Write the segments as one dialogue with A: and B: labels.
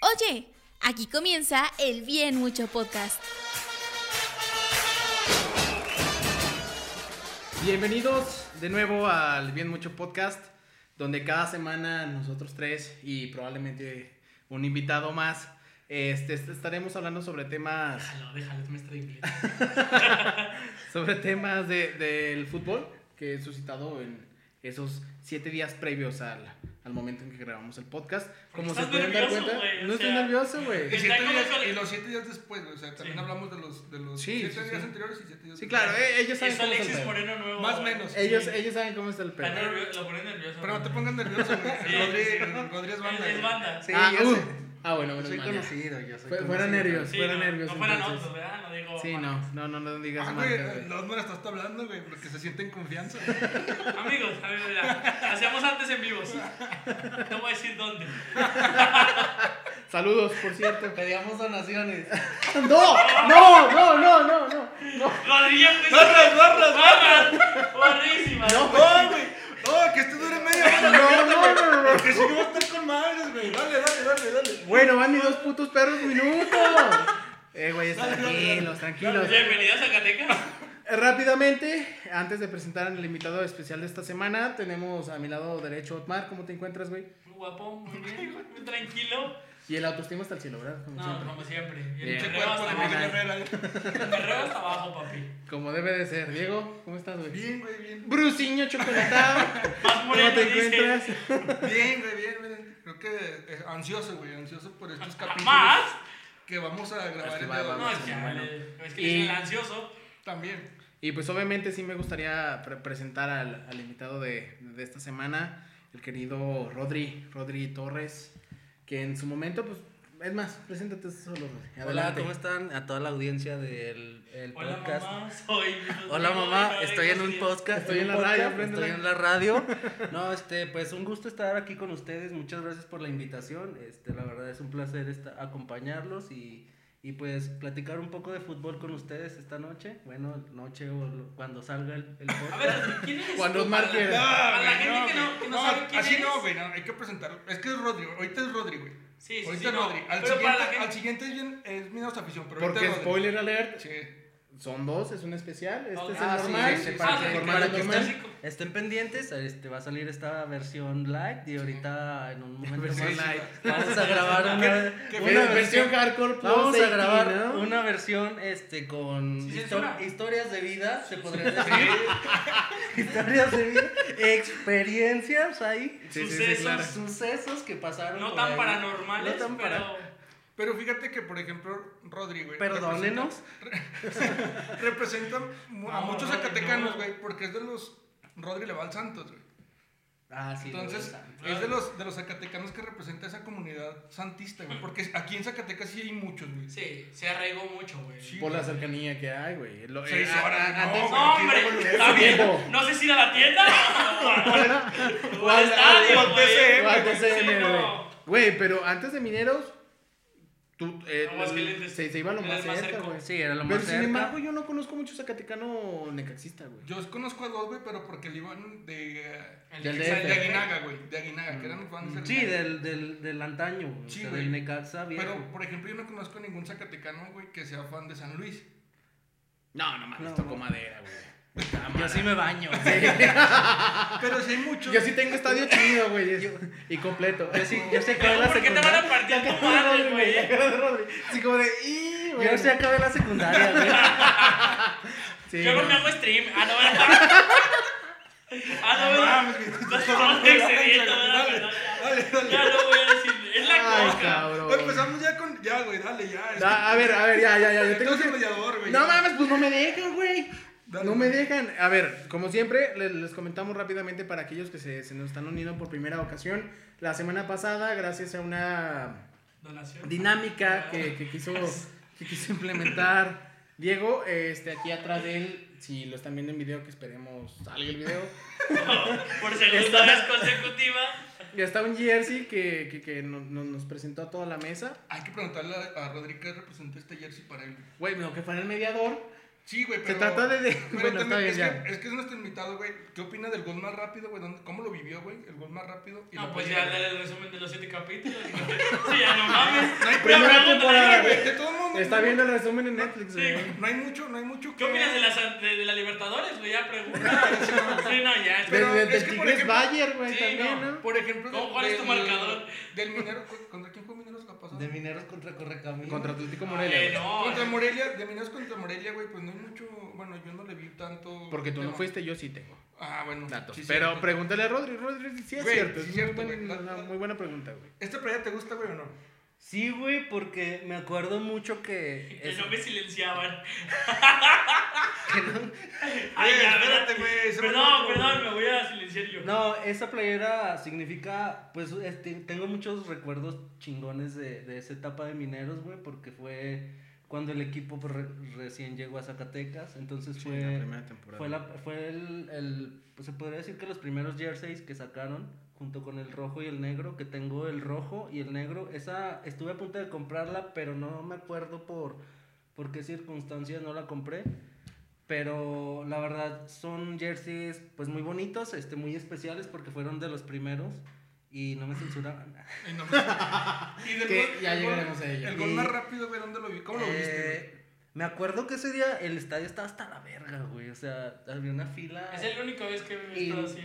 A: Oye, aquí comienza el Bien Mucho Podcast.
B: Bienvenidos de nuevo al Bien Mucho Podcast, donde cada semana nosotros tres y probablemente un invitado más este, est- estaremos hablando sobre temas,
C: Déjalo, Ah, déjalo, tú me estás bien.
B: sobre temas de- del fútbol que he suscitado en esos siete días previos al, al momento en que grabamos el podcast. Como se
C: Estás
B: pueden dar
C: nervioso,
B: cuenta,
C: güey, o
B: no estoy
C: sea,
B: nervioso,
D: Y,
B: güey.
C: Está
D: siete
C: como
D: días-
C: eso de-
D: y los siete días después, o sea, también
C: Sí.
D: hablamos de los, de los
B: Sí,
D: siete
B: sí,
D: días
B: sí.
D: anteriores y siete días
B: Sí,
D: después.
B: claro, eh, ellos saben
C: Es
B: cómo es el
C: Alexis
B: pedo.
C: Moreno nuevo.
D: Más o
C: güey.
D: menos.
B: Ellos,
C: Sí.
B: ellos saben cómo está el
C: Está
B: pedo.
C: nervio- Lo pone nervioso.
D: Pero no te
C: güey.
D: pongas nervioso, güey.
C: Sí, sí, sí.
D: Rodríguez, Rodríguez Banda.
C: Es
D: güey.
C: banda.
D: Sí,
B: ah,
D: yo
B: uh,
D: sé.
B: ah, bueno, bueno,
D: soy
B: mal.
D: conocido, yo
B: Fue-
D: soy conocido.
B: fuera nervios.
C: Sí,
B: fuera
C: no,
B: nervios,
C: No fueran
B: entonces.
C: autos, ¿verdad? No digo.
B: Sí, no, no, no, no digas
D: Ah,
B: marcas,
D: güey,
B: güey.
D: la Osmar está hasta hablando, güey, porque se siente en confianza.
C: Amigos, a ver, ya. Hacíamos antes en vivos. No voy a decir dónde.
B: Saludos, por cierto.
D: Pedíamos donaciones.
B: No, no, no, no, no, no.
C: Rodríguez.
D: ¡Barras, barras,
C: barras! ¡Barrísima!
D: ¡No, güey! ¡No, que esto dure media hora!
B: No, no, no, no, no.
D: Que si no va a estar con madres, güey. Dale, dale, dale, dale.
B: Bueno, van mis dos putos perros minutos. Eh, güey, tranquilos, tranquilos. Eh,
C: Bienvenidos a Zacatecas.
B: Rápidamente, antes de presentar al invitado especial de esta semana, tenemos a mi lado derecho Otmar. ¿Cómo te encuentras, güey?
C: Muy guapo, muy bien, muy tranquilo.
B: Y el autoestima hasta el cielo, ¿verdad? Como,
C: No,
B: siempre.
C: como siempre. Y
B: Bien.
C: El
D: Pinche
C: perreo
D: cuerpo
C: hasta
D: de
C: abajo.
D: Miguel Herrera. eh.
C: El perreo hasta abajo, papi.
B: Como debe de ser. Diego, ¿cómo estás, güey?
D: Bien, güey, bien.
B: Bruciño chocolatado.
C: Más
B: ¿Cómo
C: moreno,
B: te
C: dice.
B: encuentras?
D: Bien, güey, bien, bien. Creo que eh, ansioso, güey, ansioso por estos capítulos
C: ¿Más?
D: que vamos a
B: Es que
D: grabar el
B: va-
D: día de
B: va-
D: hoy.
C: No,
B: Vamos,
C: es que,
B: bueno.
C: eh, es que
B: Y-
C: yo soy el ansioso.
D: También.
B: Y pues obviamente sí me gustaría pre- presentar al, al invitado de, de esta semana, el querido Rodri, Rodri Torres, que en su momento, pues, es más, preséntate tú solo, Rodri.
E: Hola,
B: Adelante.
E: ¿cómo están? A toda la audiencia del el
C: Hola
E: podcast.
C: mamá, soy.
E: Hola mamá, estoy en un
C: post
E: podcast.
B: Estoy en la
E: un
B: radio,
E: podcast,
B: préndela.
E: Estoy en la radio. No, este, pues un gusto estar aquí con ustedes. Muchas gracias por la invitación. Este, la verdad es un placer esta- acompañarlos y, y pues platicar un poco de fútbol con ustedes esta noche. Bueno, noche o lo- cuando salga el, el
C: A
E: podcast.
C: ver, ¿quién eres?
B: Cuando
C: tú?
B: Osmar
C: Para-
B: quiera.
C: Para la
D: güey,
C: gente que no, que no, sabe quién
D: así
C: eres.
D: no, güey, no, hay que presentarlo. Es que es Rodri, güey, ahorita es Rodri, güey.
C: Sí, sí,
D: ahorita
C: sí,
D: es
C: no.
D: Rodri. Al,
C: Pero para
D: siguiente,
C: la gente-
D: al siguiente es, bien, es menos afición, pero ahorita
B: Porque
D: es Rodri.
B: spoiler alert,
D: Sí.
B: son dos, es un especial, este
C: Ok.
B: es el
E: Ah, sí,
B: normal.
E: este,
C: Ah,
E: para
C: sí,
E: que,
B: normal,
C: para
E: para que
C: normal.
E: estén, estén pendientes, este, va a salir esta versión light y ahorita en un momento más
B: Versión light.
E: vamos a grabar una,
D: qué
B: Una
E: una
B: versión hardcore plus
E: Vamos a
B: 18,
E: grabar
B: ¿no?
E: una versión este con
C: Sin
E: histo-
C: censura.
E: historias de vida, se podría decir. historias de vida, experiencias ahí,
B: Sí, sí, sí,
C: Sucesos.
B: claro.
E: sucesos que pasaron.
C: No
E: por
C: tan
E: ahí.
C: paranormales,
E: No tan para-
C: pero.
D: Pero fíjate que, por ejemplo, Rodri, güey.
E: Perdónenos.
D: Representa mu- a
C: No,
D: muchos
C: Rodri,
D: zacatecanos,
C: no.
D: güey, porque es de los. Rodri le va al Santos, güey.
E: Ah, sí.
D: Entonces,
C: Santos.
D: es de los, de los zacatecanos que representa esa comunidad santista, güey. Porque aquí en Zacatecas sí hay muchos, güey.
C: Sí, se arraigó mucho, güey.
D: Sí.
B: Por la cercanía que hay, güey. Lo-
D: Seis
B: eh, a-
D: horas,
B: a-
D: no,
B: antes-
C: No, hombre, está
B: Tiempo.
C: bien. No sé si ir a la tienda o al
B: o
C: estadio,
B: al
C: güey.
B: Guau, que se
C: Sí,
B: viene, güey.
C: no.
B: Güey, pero antes de Mineros, tú, eh,
C: Aguascalientes.
B: se, se iba lo
C: Era
B: más
C: el más
B: cerca,
C: cerca.
B: güey.
E: Pues Sí, era lo
B: Pero
E: más
B: sin
E: cerca.
B: embargo, yo no conozco mucho Zacatecano necaxista, güey.
D: Yo conozco a dos, güey, pero porque le iban de. eh,
C: El
B: Del
C: que
B: DF.
C: sale
D: De Aguinaga, güey. De Aguinaga, que eran fans
B: Mm.
D: del
E: Sí,
D: Aguinaga.
E: del, del, del antaño, o
D: Sí,
E: sea,
D: güey.
E: del Necaxa viejo.
D: Pero, por ejemplo, yo no conozco ningún zacatecano, güey, que sea fan de San Luis.
B: No, no mames,
E: No,
B: tocó
E: no.
B: madera, güey.
E: Yo sí me baño.
D: Pero sí hay muchos.
B: Yo sí tengo estadio chido, güey. es- Y completo.
E: Yo sí, yo sí acabé
C: Pero,
E: la
C: ¿Por qué te van
E: secundaria.
C: a partir tu madre, güey?
B: Así como de, "Y, güey".
E: Yo sí acabé la secundaria, güey.
B: Sí,
C: Yo no
B: no.
C: me hago stream. Ah, no, ¿verdad? Ah, no,
D: Mames, güey.
C: ¿verdad? Estamos excediendo,
D: Dale,
C: ¿verdad?
D: dale, dale.
C: Ya no voy a decir.
B: Ay,
C: Es la coca.
B: cabrón.
D: Empezamos ya con. Ya, güey, dale, ya. Es
B: Da- a ver, a ver, ya, ya, ya. Yo
D: que- tú
B: tengo
D: eres
B: que.
D: el mediador, güey.
B: No mames, pues no me dejan, güey.
D: Dale.
B: No me dejan. A ver, como siempre, le- les, comentamos rápidamente para aquellos que se, se nos están uniendo por primera ocasión. La semana pasada, gracias a una
C: Donación.
B: dinámica que, que quiso, que quiso implementar Diego, este, aquí atrás de él, si lo están viendo en video, que esperemos salga el video.
C: Por segunda vez consecutiva.
B: Ya está un jersey que, que, que no- no- nos presentó a toda la mesa.
D: Hay que preguntarle a, a Rodri qué representó este jersey para él.
B: Güey, no, que fuera el mediador.
D: Sí, güey, pero.
B: trata de- de-
D: pero
B: bueno, está
D: también,
B: bien,
D: es,
B: ya.
D: Que, es que es nuestro invitado, güey. ¿Qué opina del gol más rápido, güey? ¿Dónde- ¿Cómo lo vivió, güey? El gol más rápido. y
C: No,
D: la
C: pues ya
D: pelea,
C: le
D: güey.
C: el resumen de los siete capítulos. Sí, ya no mames.
D: No hay
C: Ya
D: primera
C: pregúntale,
B: temporada,
C: güey.
D: Güey, de todo mundo.
B: Está
D: güey.
B: viendo el resumen en Netflix,
C: Sí.
B: güey.
D: No hay mucho, no hay mucho.
C: ¿Qué opinas de la, de, de la Libertadores, güey? Ya pregunta. Sí, no, ya.
B: De,
D: Pero
B: de,
D: es
B: del
D: que, por
B: Tigres
D: ejemplo-
B: Bayer, güey,
C: Sí,
B: también,
C: no.
B: ¿no?
D: Por ejemplo.
C: ¿Cómo- cuál es tu
D: del-
C: marcador?
D: Del Minero. ¿Contra quién fue Mineros la pasada?
E: De Mineros contra Correcaminos.
B: Contra Atlético Morelia.
C: Eh,
B: güey.
C: no.
D: Contra Morelia, de Mineros contra Morelia, güey, pues no hay mucho. Bueno, yo no le vi tanto.
B: Porque tú no
D: tema.
B: fuiste, yo sí tengo
D: Ah, bueno.
B: datos.
D: sí,
B: Pero
D: cierto.
B: pregúntale a Rodri. Rodri, sí es
D: Güey,
B: cierto.
D: sí
B: Es
D: cierto,
B: muy,
D: güey.
B: buena,
D: La-
B: una muy buena pregunta, güey.
D: ¿Esta playa te gusta, güey, o no?
E: Sí, güey, porque me acuerdo mucho que.
C: Que
E: es-
C: no me silenciaban.
E: que no-
C: Ay,
D: Güey,
C: ya,
D: Eh, espérate,
C: ¿verdad?
D: güey, se me
C: Perdón,
D: olvidó.
C: perdón, me voy a silenciar yo.
E: No, esa playera significa, pues, este, tengo muchos recuerdos chingones de, de esa etapa de mineros, güey, porque fue cuando el equipo pues, re- recién llegó a Zacatecas, entonces
B: Sí,
E: fue...
B: la primera temporada.
E: Fue, la, fue el, el- pues, se podría decir que los primeros jerseys que sacaron, junto con el rojo y el negro, que tengo el rojo y el negro, esa estuve a punto de comprarla, pero no me acuerdo por, por qué circunstancias no la compré. Pero la verdad son jerseys pues muy bonitos, este, muy especiales porque fueron de los primeros y no me censuraban.
D: Ay, no me- y del
B: Que
D: gol-
B: ya
D: el gol-
B: llegaremos a ella.
D: El gol
E: Y-
D: más rápido, güey, ¿dónde lo vi? ¿Cómo lo viste,
E: Eh,
D: güey?
E: me acuerdo que ese día el estadio estaba hasta la verga, güey. O sea, había una fila.
C: Es el único vez que me he
E: y-
C: estado así.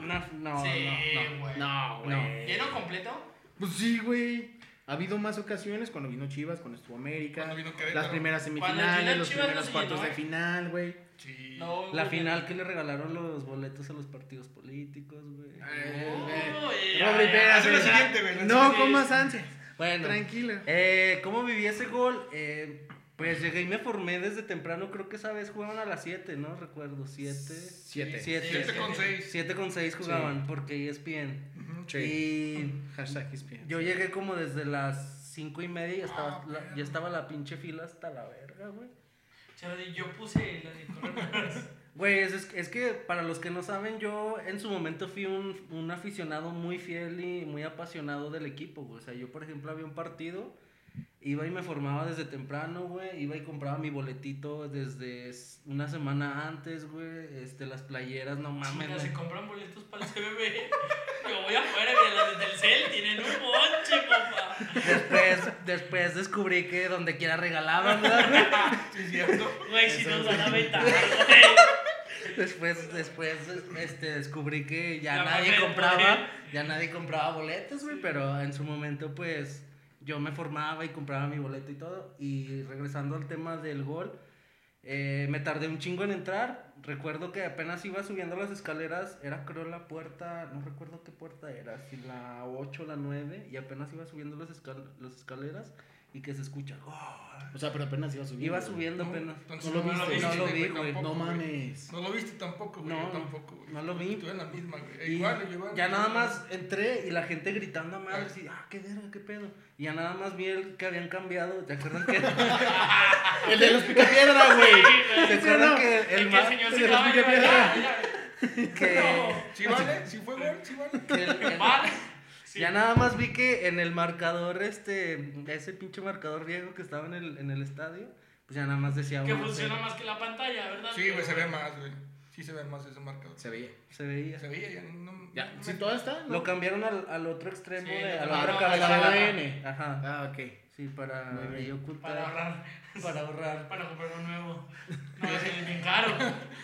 C: ¿no?
E: no, no, no,
C: Sí,
E: no.
C: güey.
B: No,
E: No.
B: güey.
C: ¿Lleno completo?
B: Pues sí, güey. Ha habido más ocasiones cuando vino Chivas, cuando estuvo América.
D: Cuando vino Querétaro.
B: las primeras
C: Cuando
B: semifinales,
C: llegó
B: los
C: Chivas no
B: primeros
C: se
B: cuartos
C: llenó,
B: de
C: ¿eh?
B: final, güey.
D: Sí.
C: No,
E: La
C: güey.
E: final que le regalaron los boletos a los partidos políticos, güey.
C: Oh,
B: Eh,
C: ya,
B: Rodri,
C: ya.
B: espérate.
D: Hazlo siguiente, güey, lo
B: No
C: siguiente.
B: comas ansias.
E: Bueno,
B: Tranquila.
E: eh, ¿cómo viví ese gol? Eh, pues llegué y me formé desde temprano. Creo que esa vez jugaban a las 7, ¿no? Recuerdo, 7.
B: Siete.
E: Siete.
D: Siete con seis.
E: 7 con 6 jugaban porque E ESPN.
D: Ujú.
B: Sí.
E: Y
B: Hashtag ESPN.
E: yo llegué como desde las 5 y media y ya estaba,
D: Ah,
E: la-
D: perro.
E: ya estaba la pinche fila hasta la verga, güey.
C: Charlie, yo puse la de coronavirus.
E: Güey, es- Pues, es, es que para los que no saben, yo en su momento fui un, un aficionado muy fiel y muy apasionado del equipo, güey. O sea, yo, por ejemplo, había un partido, iba y me formaba desde temprano, güey. Iba y compraba mi boletito desde s- una semana antes, güey. Este, las playeras, no mames.
C: Mira, se
E: güey.
C: compran boletos para el CBB. Yo voy afuera, mira, los del Telcel tienen un bonche, papá.
E: Después, después descubrí que donde quiera regalaban, ¿verdad, güey?
D: Sí, cierto.
C: Güey, si nos van a vetar, güey.
E: Después, después, este, descubrí que ya
C: La
E: nadie
C: papel,
E: compraba,
C: papel.
E: ya nadie compraba boletos, güey, pero en su momento, pues, yo me formaba y compraba mi boleto y todo, y regresando al tema del gol, eh, me tardé un chingo en entrar, recuerdo que apenas iba subiendo las escaleras, era creo la puerta, no recuerdo qué puerta era, si la 8 o la 9, y apenas iba subiendo las, escal- las escaleras, y que se escucha, gol.
B: O sea, pero apenas iba subiendo.
E: iba
B: güey.
E: subiendo
D: Ah, No,
E: apenas,
D: entonces
B: No lo viste.
E: no lo
D: güey,
E: vi, güey,
D: tampoco,
B: No
D: güey.
B: mames.
D: No lo viste tampoco, güey.
E: No,
D: yo tampoco, güey.
E: no lo vi.
D: Estuve en la misma, güey.
E: Y
D: igual, yo igual.
E: ya nada más entré y la gente gritando a madres y ah, qué verga, qué pedo. Y ya nada más vi el que habían cambiado, ¿te acuerdan que? ¿Te
B: El de los picapiedra, güey.
E: acuerdan
B: no?
E: que
C: El
E: el
C: que el
E: ma-
C: señor se
B: se
C: clava
B: los
C: y
B: pica
C: yo,
B: piedra.
C: ya,
E: que,
D: ¿Sí vale? ¿Sí fue gol? ¿Sí vale?
E: que el-
C: ya.
E: el-
C: Vale. Sí.
E: ya nada más vi que en el marcador este ese pinche marcador riego que estaba en el en el estadio, pues ya nada más decía
C: Que
E: uno,
C: funciona
E: se-
C: más que la pantalla, ¿verdad?
D: Sí, güey, se ve más, güey. Sí se ve más ese marcador.
B: Se veía.
E: se veía.
D: Se veía ya. No,
B: Ya.
D: no
B: Si
D: me-
B: todo está. ¿no? Ah,
E: Lo cambiaron al, al otro extremo
C: Sí,
E: de, a
C: no,
E: la otra
C: no,
E: cabecera.
C: la
B: ADN.
E: Ajá.
B: Ah, ok.
E: Sí, para
B: Muy bien.
E: ahí ocultar
C: Para ahorrar.
E: para ahorrar.
C: Para comprar uno nuevo. No, es bien caro.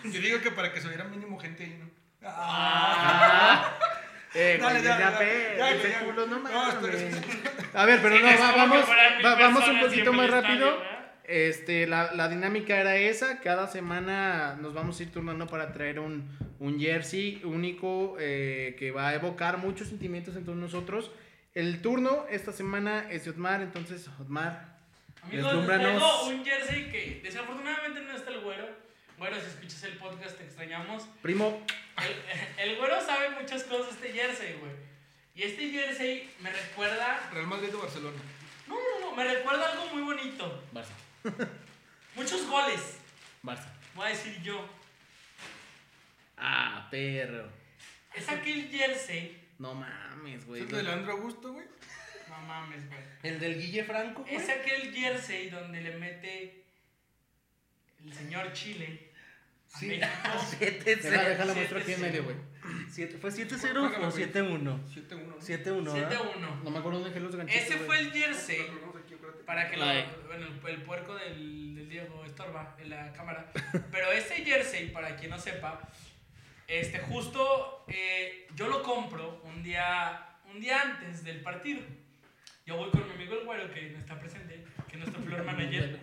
D: Yo digo que para que se viera mínimo gente ahí, ¿no?
B: Ah. Eh,
D: Dale,
B: güey,
D: dale,
B: ya,
D: dale.
B: pe,
D: Ya,
B: ese
D: ya, ya.
B: culo, no
D: No,
B: mames.
D: espera,
B: A ver, pero
C: Sí,
B: no,
C: es
B: va-
C: como
B: vamos,
C: que fueran mil
B: va- vamos un
C: personas
B: poquito
C: siempre
B: más
C: en el estadio,
B: rápido.
C: ¿verdad?
B: Este, la, la dinámica era esa, cada semana nos vamos a ir turnando para traer un, un jersey único eh, que va a evocar muchos sentimientos entre nosotros. El turno esta semana es de Otmar, entonces Otmar,
C: Amigos, les
B: Deslúmbranos.
C: traigo un jersey que desafortunadamente no está el güero. Bueno, si escuchas el podcast te extrañamos.
B: primo,
C: El, el güero sabe muchas cosas de este jersey, güey. Y este jersey me recuerda...
D: Real Madrid o Barcelona.
C: No, no, no, me recuerda algo muy bonito.
B: Barça,
C: Muchos goles,
B: Barça.
C: voy a decir yo.
B: Ah, perro.
C: Es aquel jersey...
B: No mames, güey.
D: ¿Es el de Leandro Augusto, güey?
C: No mames, güey.
E: El del Guille Franco. güey.
C: Es aquel jersey donde le mete... el señor Chile a
E: Sí.
C: México.
B: Déjala,
E: 7-0.
B: déjala,
C: siete,
B: muestro aquí en
C: siete.
B: medio, güey.
E: Siete- ¿Fue 7-0
D: Págalo,
E: o
D: güey.
E: 7-1?
D: 7-1. ¿no?
E: 7-1. ¿verdad?
C: 7-1.
B: No me acuerdo dónde dejé los ganchitos.
C: Ese
B: güey.
C: fue el jersey.
D: Lo colgamos aquí, acuérdate.
C: Para que lo,
B: Ay.
C: bueno, el, el puerco del, del Diego estorba en la cámara. Pero ese jersey, para quien no sepa, este justo eh, yo lo compro un día, un día antes del partido. Yo voy con mi amigo el güero que no está presente, que es nuestro floor manager.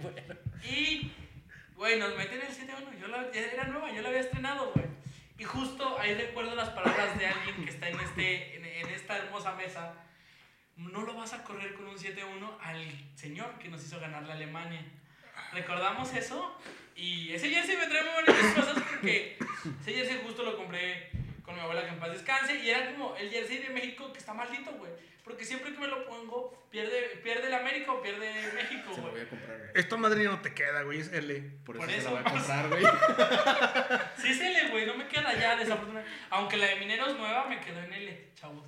C: Y, güey, nos meten el 7-1. Yo la, ya era nueva, yo la había estrenado, güey. Y justo ahí recuerdo las palabras de alguien que está en, este, en, en esta hermosa mesa. No lo vas a correr con un 7-1 al señor que nos hizo ganar la Alemania. Recordamos eso. Y ese jersey me trae muy bonitas cosas porque ese jersey justo lo compré con mi abuela que en paz descanse. Y era como el jersey de México que está maldito, güey. Porque siempre que me lo pongo, pierde, pierde el América o pierde México,
B: Se lo voy
C: güey.
B: a comprar, güey.
D: Esta madre ya no te queda, güey, es L.
B: Por eso,
C: Por
B: se
C: eso,
B: la voy a
C: pues.
B: comprar, güey.
C: Sí, es L, güey, no me queda ya desafortunadamente. Aunque la de Mineros nueva me quedó en L, chavos.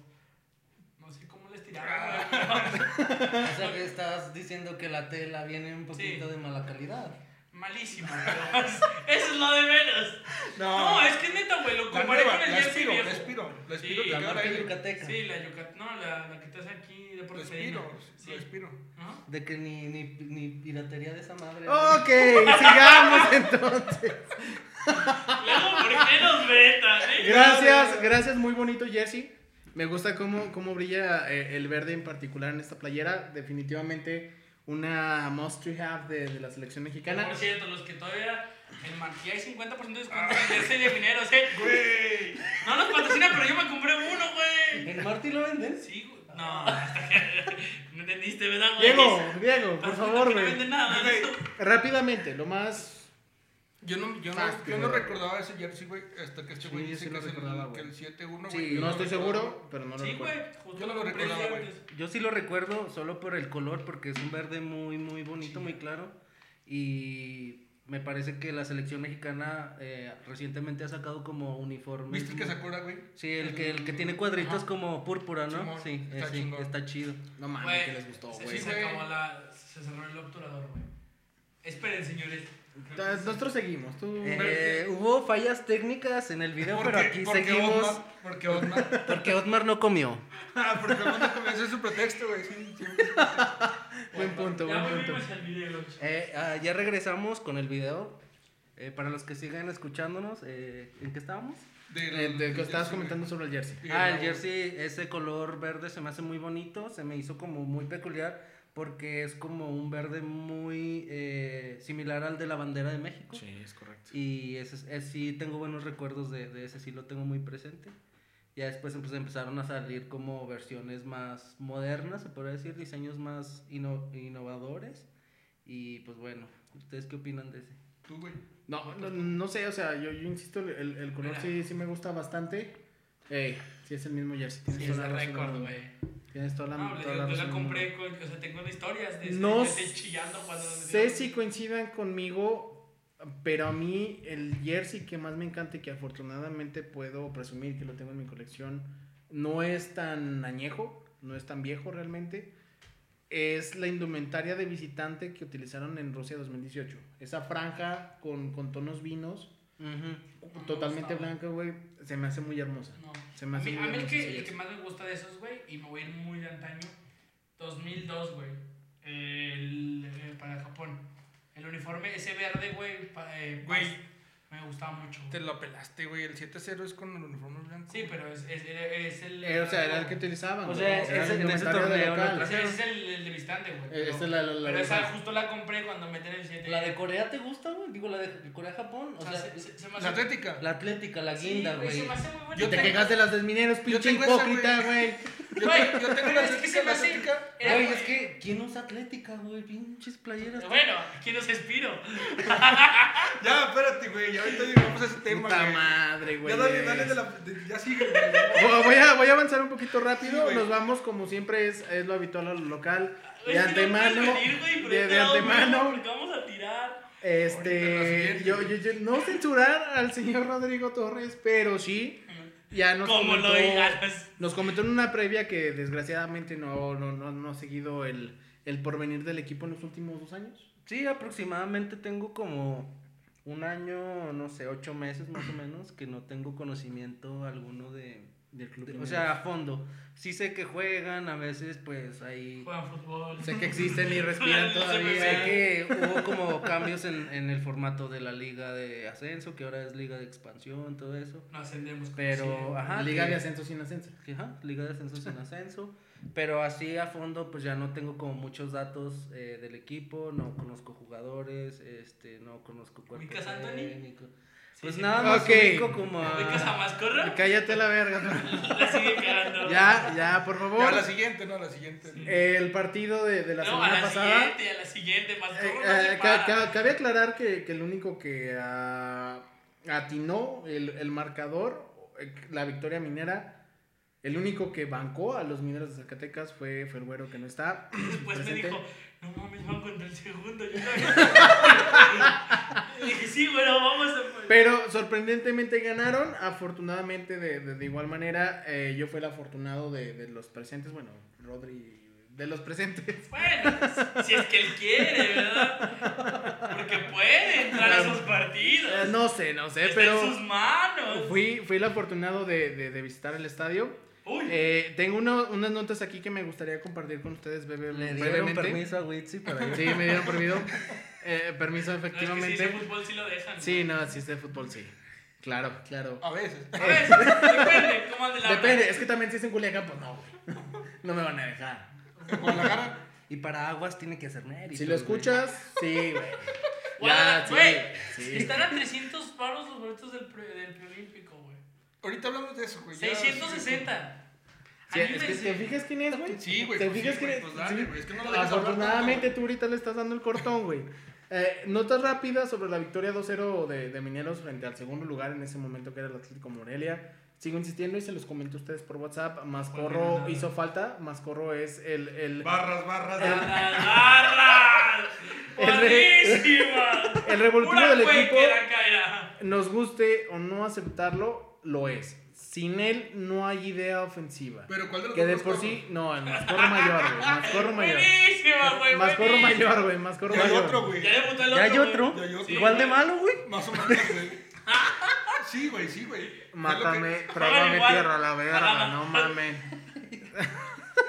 C: No sé cómo les tiraron. güey.
E: O sea que estás diciendo que la tela viene un poquito
C: Sí.
E: de mala calidad.
C: Malísimo, pero eso es lo de menos. No, es que es neta, güey, lo
D: La
C: comparé
D: nueva,
C: con el
D: la
C: jersey
D: Espiro,
C: viejo.
D: la Espiro, la Espiro
C: Sí,
D: te
E: La
D: queda
E: marca
D: L.
E: yucateca.
C: Sí, la Yucat, no, la, la que estás aquí de
D: La
C: Puerto Medina.
D: Espiro,
C: Sí.
D: la Espiro.
C: ¿No?
E: De que ni, ni, ni piratería de esa madre.
B: ok, sigamos entonces.
C: Luego, ¿por qué nos vetan, eh?
B: Gracias, gracias, muy bonito Jersey. Me gusta cómo, cómo brilla eh, el verde en particular en esta playera. Definitivamente una must to have de, de la selección mexicana.
C: Por cierto, los que todavía. El marquí hay 50% de descuento en el jersey de Mineros, eh.
D: Güey.
C: No nos patrocina, pero yo me compré uno, güey.
E: ¿En Marty lo venden?
C: Sí, güey. No, hasta que. No entendiste, ¿verdad, güey?
B: Diego, Diego, por
C: Patrocina
B: favor,
C: que No
B: güey.
C: venden nada,
D: Güey.
C: ¿no?
B: Rápidamente, lo más.
D: Yo no, yo
B: Ah,
D: no, yo no
B: claro.
D: recordaba ese jersey, güey, hasta que este
B: Sí,
D: güey
B: yo
D: dice
B: sí
D: que
B: lo
D: es el,
B: recordaba,
D: que el
B: güey.
D: 7-1, güey.
B: No estoy seguro, pero no lo
C: Sí, güey.
B: recuerdo.
C: Justo
D: Yo no lo
C: compré el
D: recordaba,
C: día
D: güey.
C: antes.
E: Yo sí lo recuerdo solo por el color, porque es un verde muy, muy bonito, muy claro. Y me parece que la selección mexicana eh, recientemente ha sacado como uniforme.
D: ¿Viste el que se acuerda, güey?
E: Sí, el que, el que tiene cuadritos
D: Ajá.
E: como púrpura, ¿no?
D: Simón,
E: Sí, eh,
D: está
E: sí,
D: chingón.
E: está chido.
B: No mames,
C: Güey,
B: que les gustó,
C: se-
B: güey.
C: Se
D: güey.
C: acabó la. Se cerró el obturador, güey. Esperen, señores.
B: Entonces, Nosotros seguimos, tú.
E: Eh, hubo fallas técnicas en el video, pero aquí seguimos
D: Otmar, porque Otmar.
E: porque Otmar no comió.
D: Ah, porque Otmar comió, ese es su pretexto, güey. Sí, siempre.
B: Buen punto,
C: Ya
B: buen punto.
C: volvimos al video, Lucho.
E: Eh, ah, ya regresamos con el video. Eh, para los que sigan escuchándonos, eh, ¿en qué estábamos?
D: Del-
B: Eh, de que
D: del
B: estabas
D: jersey,
B: comentando sobre el jersey.
D: güey.
E: Ah, el jersey, ese color verde se me hace muy bonito, se me hizo como muy peculiar porque es como un verde muy eh, similar al de la bandera de México.
B: es correcto.
E: Y ese, es- es- sí tengo buenos recuerdos de, de ese, sí lo tengo muy presente. Ya después pues, empezaron a salir como versiones más modernas, se podría decir, diseños más ino- innovadores. Y pues bueno, ¿ustedes qué opinan de ese?
D: Tú, güey.
B: No, no, no sé, o sea, yo, yo insisto, el- el, el color
C: Mira.
B: sí, sí me gusta bastante. Ey, sí es el mismo jersey. tienes
C: Sí, es
B: toda la
C: el
B: razón,
C: récord,
B: güey.
C: güey.
B: Tienes toda la,
C: No,
B: toda
C: yo,
B: la
C: yo la
B: razón.
C: compré con. O sea, tengo historias de.
B: No
C: de- de Este, chillando cuando.
B: Sé si coincidan conmigo, pero a mí el jersey que más me encanta y que afortunadamente puedo presumir que lo tengo en mi colección no es tan añejo, no es tan viejo realmente. Es la indumentaria de visitante que utilizaron en Rusia 2018. Esa franja con, con tonos vinos,
E: Eh,
C: me
B: totalmente
C: gustaba.
B: blanca, güey, se me hace muy hermosa.
C: No.
B: Se me
C: a
B: hace
C: mí,
B: muy
C: a mí el,
B: hermosa esa
C: que, el
B: jersey.
C: que más me gusta de esos, güey, y me voy a ir muy de antaño, 2002, güey, el- eh, para Japón. El uniforme, ese verde, güey, pa- eh,
D: Güey.
C: pas- me gustaba mucho. güey.
D: Te lo pelaste, güey. El 7-0 es con el uniforme blanco.
C: Sí, pero es, es, es el...
B: Eh, o sea, era el que utilizaban.
E: O
B: güey. Era
E: sea, ese-
B: el
E: de ese
B: indumentaria de
E: torneo lo
B: local.
E: traje.
C: Ese, ese es el, el de visitante, güey.
B: Eh,
C: pero-
B: esa es la- la- la
C: pero esa
B: local.
C: justo la compré cuando meten el 7.
E: ¿La de Corea te gusta, güey? Digo, la de Corea-Japón. O sea,
C: se, se- se me
D: La
C: hace...
D: atlética.
E: la atlética, la
C: Sí,
E: guinda,
C: güey,
E: güey.
C: se me hace muy bonito.
B: Yo te quejas de las de mineros, pinche
D: tengo esa,
B: hipócrita, güey.
D: Yo,
C: Güey,
D: tengo- yo tengo
C: pero
D: la
C: es que se
D: atlética,
C: me
D: la
C: hace-
D: atlética.
C: era-
E: Güey, es que, ¿quién usa atlética, güey? Pinches playeras.
C: Bueno, aquí nos expiro.
D: Ya, espérate, güey. Ya ahorita llegamos a ese tema,
B: Puta
D: güey.
B: madre, güey.
D: Ya dale, dale de la. de- ya sigue, güey.
B: Vo- Voy a, voy a avanzar un poquito
D: Sí,
B: rápido.
D: güey.
B: Nos vamos, como siempre, es, es lo habitual a lo local.
C: Güey,
B: De
C: es que no puedes
B: antemano.
C: venir, güey, pero
B: De,
C: este
B: de
C: lado, güey,
B: antemano.
C: Porque vamos a tirar.
D: Ahorita la
B: Este.
D: siguiente.
B: Yo, yo, yo- no censurar al señor Rodrigo Torres, pero sí. Ya nos
C: Como lo
B: comentó,
C: digas. pues,
B: nos comentó en una previa que desgraciadamente no, no, no, no ha seguido el, el porvenir del equipo en los últimos dos años.
E: Sí, aproximadamente tengo como un año, no sé, ocho meses más o menos, que no tengo conocimiento alguno de...
B: Del club.
E: de- o
B: Mineros.
E: sea, a fondo. Sí sé que juegan, a veces pues ahí...
C: Juegan fútbol.
B: sé que existen y respiran
C: No se me
E: Sé
B: todavía.
E: que hubo como cambios en, en el formato de la liga de ascenso, que ahora es liga de expansión, todo eso.
C: No ascendemos. como
E: Pero,
C: siempre.
E: ajá.
B: Liga
E: que-
B: de ascenso sin ascenso.
E: que, ajá, Liga de Ascenso sin Ascenso. Pero así a fondo, pues ya no tengo como muchos datos eh, del equipo, no conozco jugadores, este, no conozco cuerpo
C: ¿Ubicas a Anthony?
E: técnico. Pues
C: sí,
E: nada
B: sí.
E: más
B: Ok.
E: ubico como a-
C: ¿Ubicas a Mascorra?
B: Cállate la verga.
C: La sigue cagando.
B: Ya, ya, por favor.
D: Ya, la siguiente, no, la siguiente.
B: El partido de, de la
C: no, a
B: semana
C: la
B: pasada.
C: siguiente, a la siguiente. Mascorra
B: Eh,
C: no se
B: eh, ca-
C: para.
B: ca- cabe aclarar que, que el único que ah, atinó el, el marcador, eh, la victoria minera, el único que bancó a los mineros de Zacatecas fue Ferguero, que no está.
C: Después
B: presente.
C: me dijo, no mames, van contra el segundo. Yo no- Le dije, sí, bueno, vamos a.
B: Pero sorprendentemente ganaron. Afortunadamente, de, de- de igual manera, eh, yo fui el afortunado de, de los presentes. Bueno, Rodri, de los presentes.
C: Bueno, si es que él quiere, ¿verdad? Porque puede entrar a esos partidos.
B: Eh, no sé, no sé,
C: Está
B: pero
C: en sus manos.
B: fui, fui el afortunado de, de- de visitar el estadio.
C: Uy,
B: Eh, tengo uno- unas notas aquí que me gustaría compartir con ustedes breve-
E: Le dieron
B: brevemente.
E: permiso a Witsi para ir.
B: Sí, me dieron prohibido. permiso,
C: no, es que si
B: efectivamente.
C: dice fútbol sí lo dejan.
B: Sí, no, si es de fútbol, sí. Claro, claro.
D: A veces.
C: A ver, depende, ¿cómo ande Oh, la
B: Depende, es que también si es en Culiacán, pues no, güey. No me van a dejar.
D: En Guadalajara.
E: Y para aguas tiene que hacer mérito.
B: Si lo escuchas, sí, güey.
C: Guadalajara,
B: Ya,
C: güey.
B: sí. sí.
C: Están a 300 paros los boletos del, pre- del preolímpico, güey.
D: Ahorita hablamos de eso, güey. ya.
C: 660.
B: Sí, es que si te
C: Anímense.
B: fijas quién es, güey.
D: Sí, güey.
B: ¿Te
D: pues sí,
B: fijas quién
D: güey,
B: es?
D: pues dale,
B: Sí.
D: güey, Es que no lo dejas hablar
B: Afortunadamente tú ahorita le estás dando el cortón, güey. Eh, notas rápidas sobre la victoria 2-0 de, de Mineros frente al segundo lugar en ese momento que era el Atlético Morelia. Sigo insistiendo y se los comento a ustedes por WhatsApp.
C: Bueno,
B: Mascorro
C: nada.
B: hizo falta. Mascorro es el...
D: tanto.
B: el
D: Barras, barras. barras.
C: ¡Las barras!
B: El rey-
C: ¡Buenísima!
B: el revoltivo
C: Pura
B: del equipo,
C: cuequera caerá.
B: nos guste o no aceptarlo, lo es. Sin él no hay idea ofensiva.
D: Pero ¿cuál de los
B: Que
D: dos
B: de
D: más
B: por
D: corre?
B: sí, no, el Mascorro mayor, güey. Mascorro mayor.
C: ¡Buenísima, güey!
B: Mascorro
C: buenísima.
B: mayor, güey. Mascorro
D: Ya hay
B: mayor.
D: otro, güey.
C: Ya debutó el
E: Ya hay
C: otro.
E: otro.
C: güey.
D: Ya hay otro.
E: Igual de
C: güey.
E: malo, güey.
D: Más o menos, güey. Sí, güey, sí, güey. Es lo que-
B: Mátame,
C: Hagan
B: trágame
C: igual.
B: tierra a la verga,
C: Hagan-
B: no mames.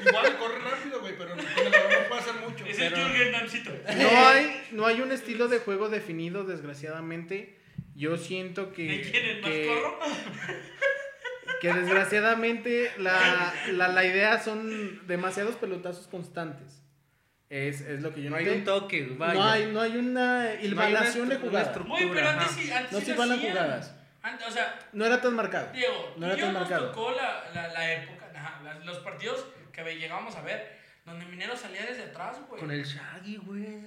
D: Igual corre rápido, güey, pero no no puede hacer mucho.
C: Es el Jürgen Dammcito.
B: No hay, no hay un estilo de juego definido, desgraciadamente. Yo siento
C: ¿De
B: que.
C: quién es
B: que,
C: Mascorro?
B: que desgraciadamente la, la, la idea son demasiados pelotazos constantes. Es, es lo que yo
E: No hay
B: noté.
E: un toque, vaya.
B: no, hay, no hay una hilvanación de
E: estru- una
B: jugadas.
E: estructura.
C: Güey, pero antes
E: Ajá.
C: sí, antes
B: No
C: sí
B: se
C: lo
B: van las
C: hacían.
B: jugadas.
C: Antes, o sea,
B: No era tan marcado.
C: Diego,
B: No era
C: tú y yo
B: tan
C: nos
B: marcado.
C: tocó la, la, la época, ajá, las- los partidos que ve- llegábamos a ver, donde Minero salía desde atrás, güey.
E: Con el Shaggy, güey.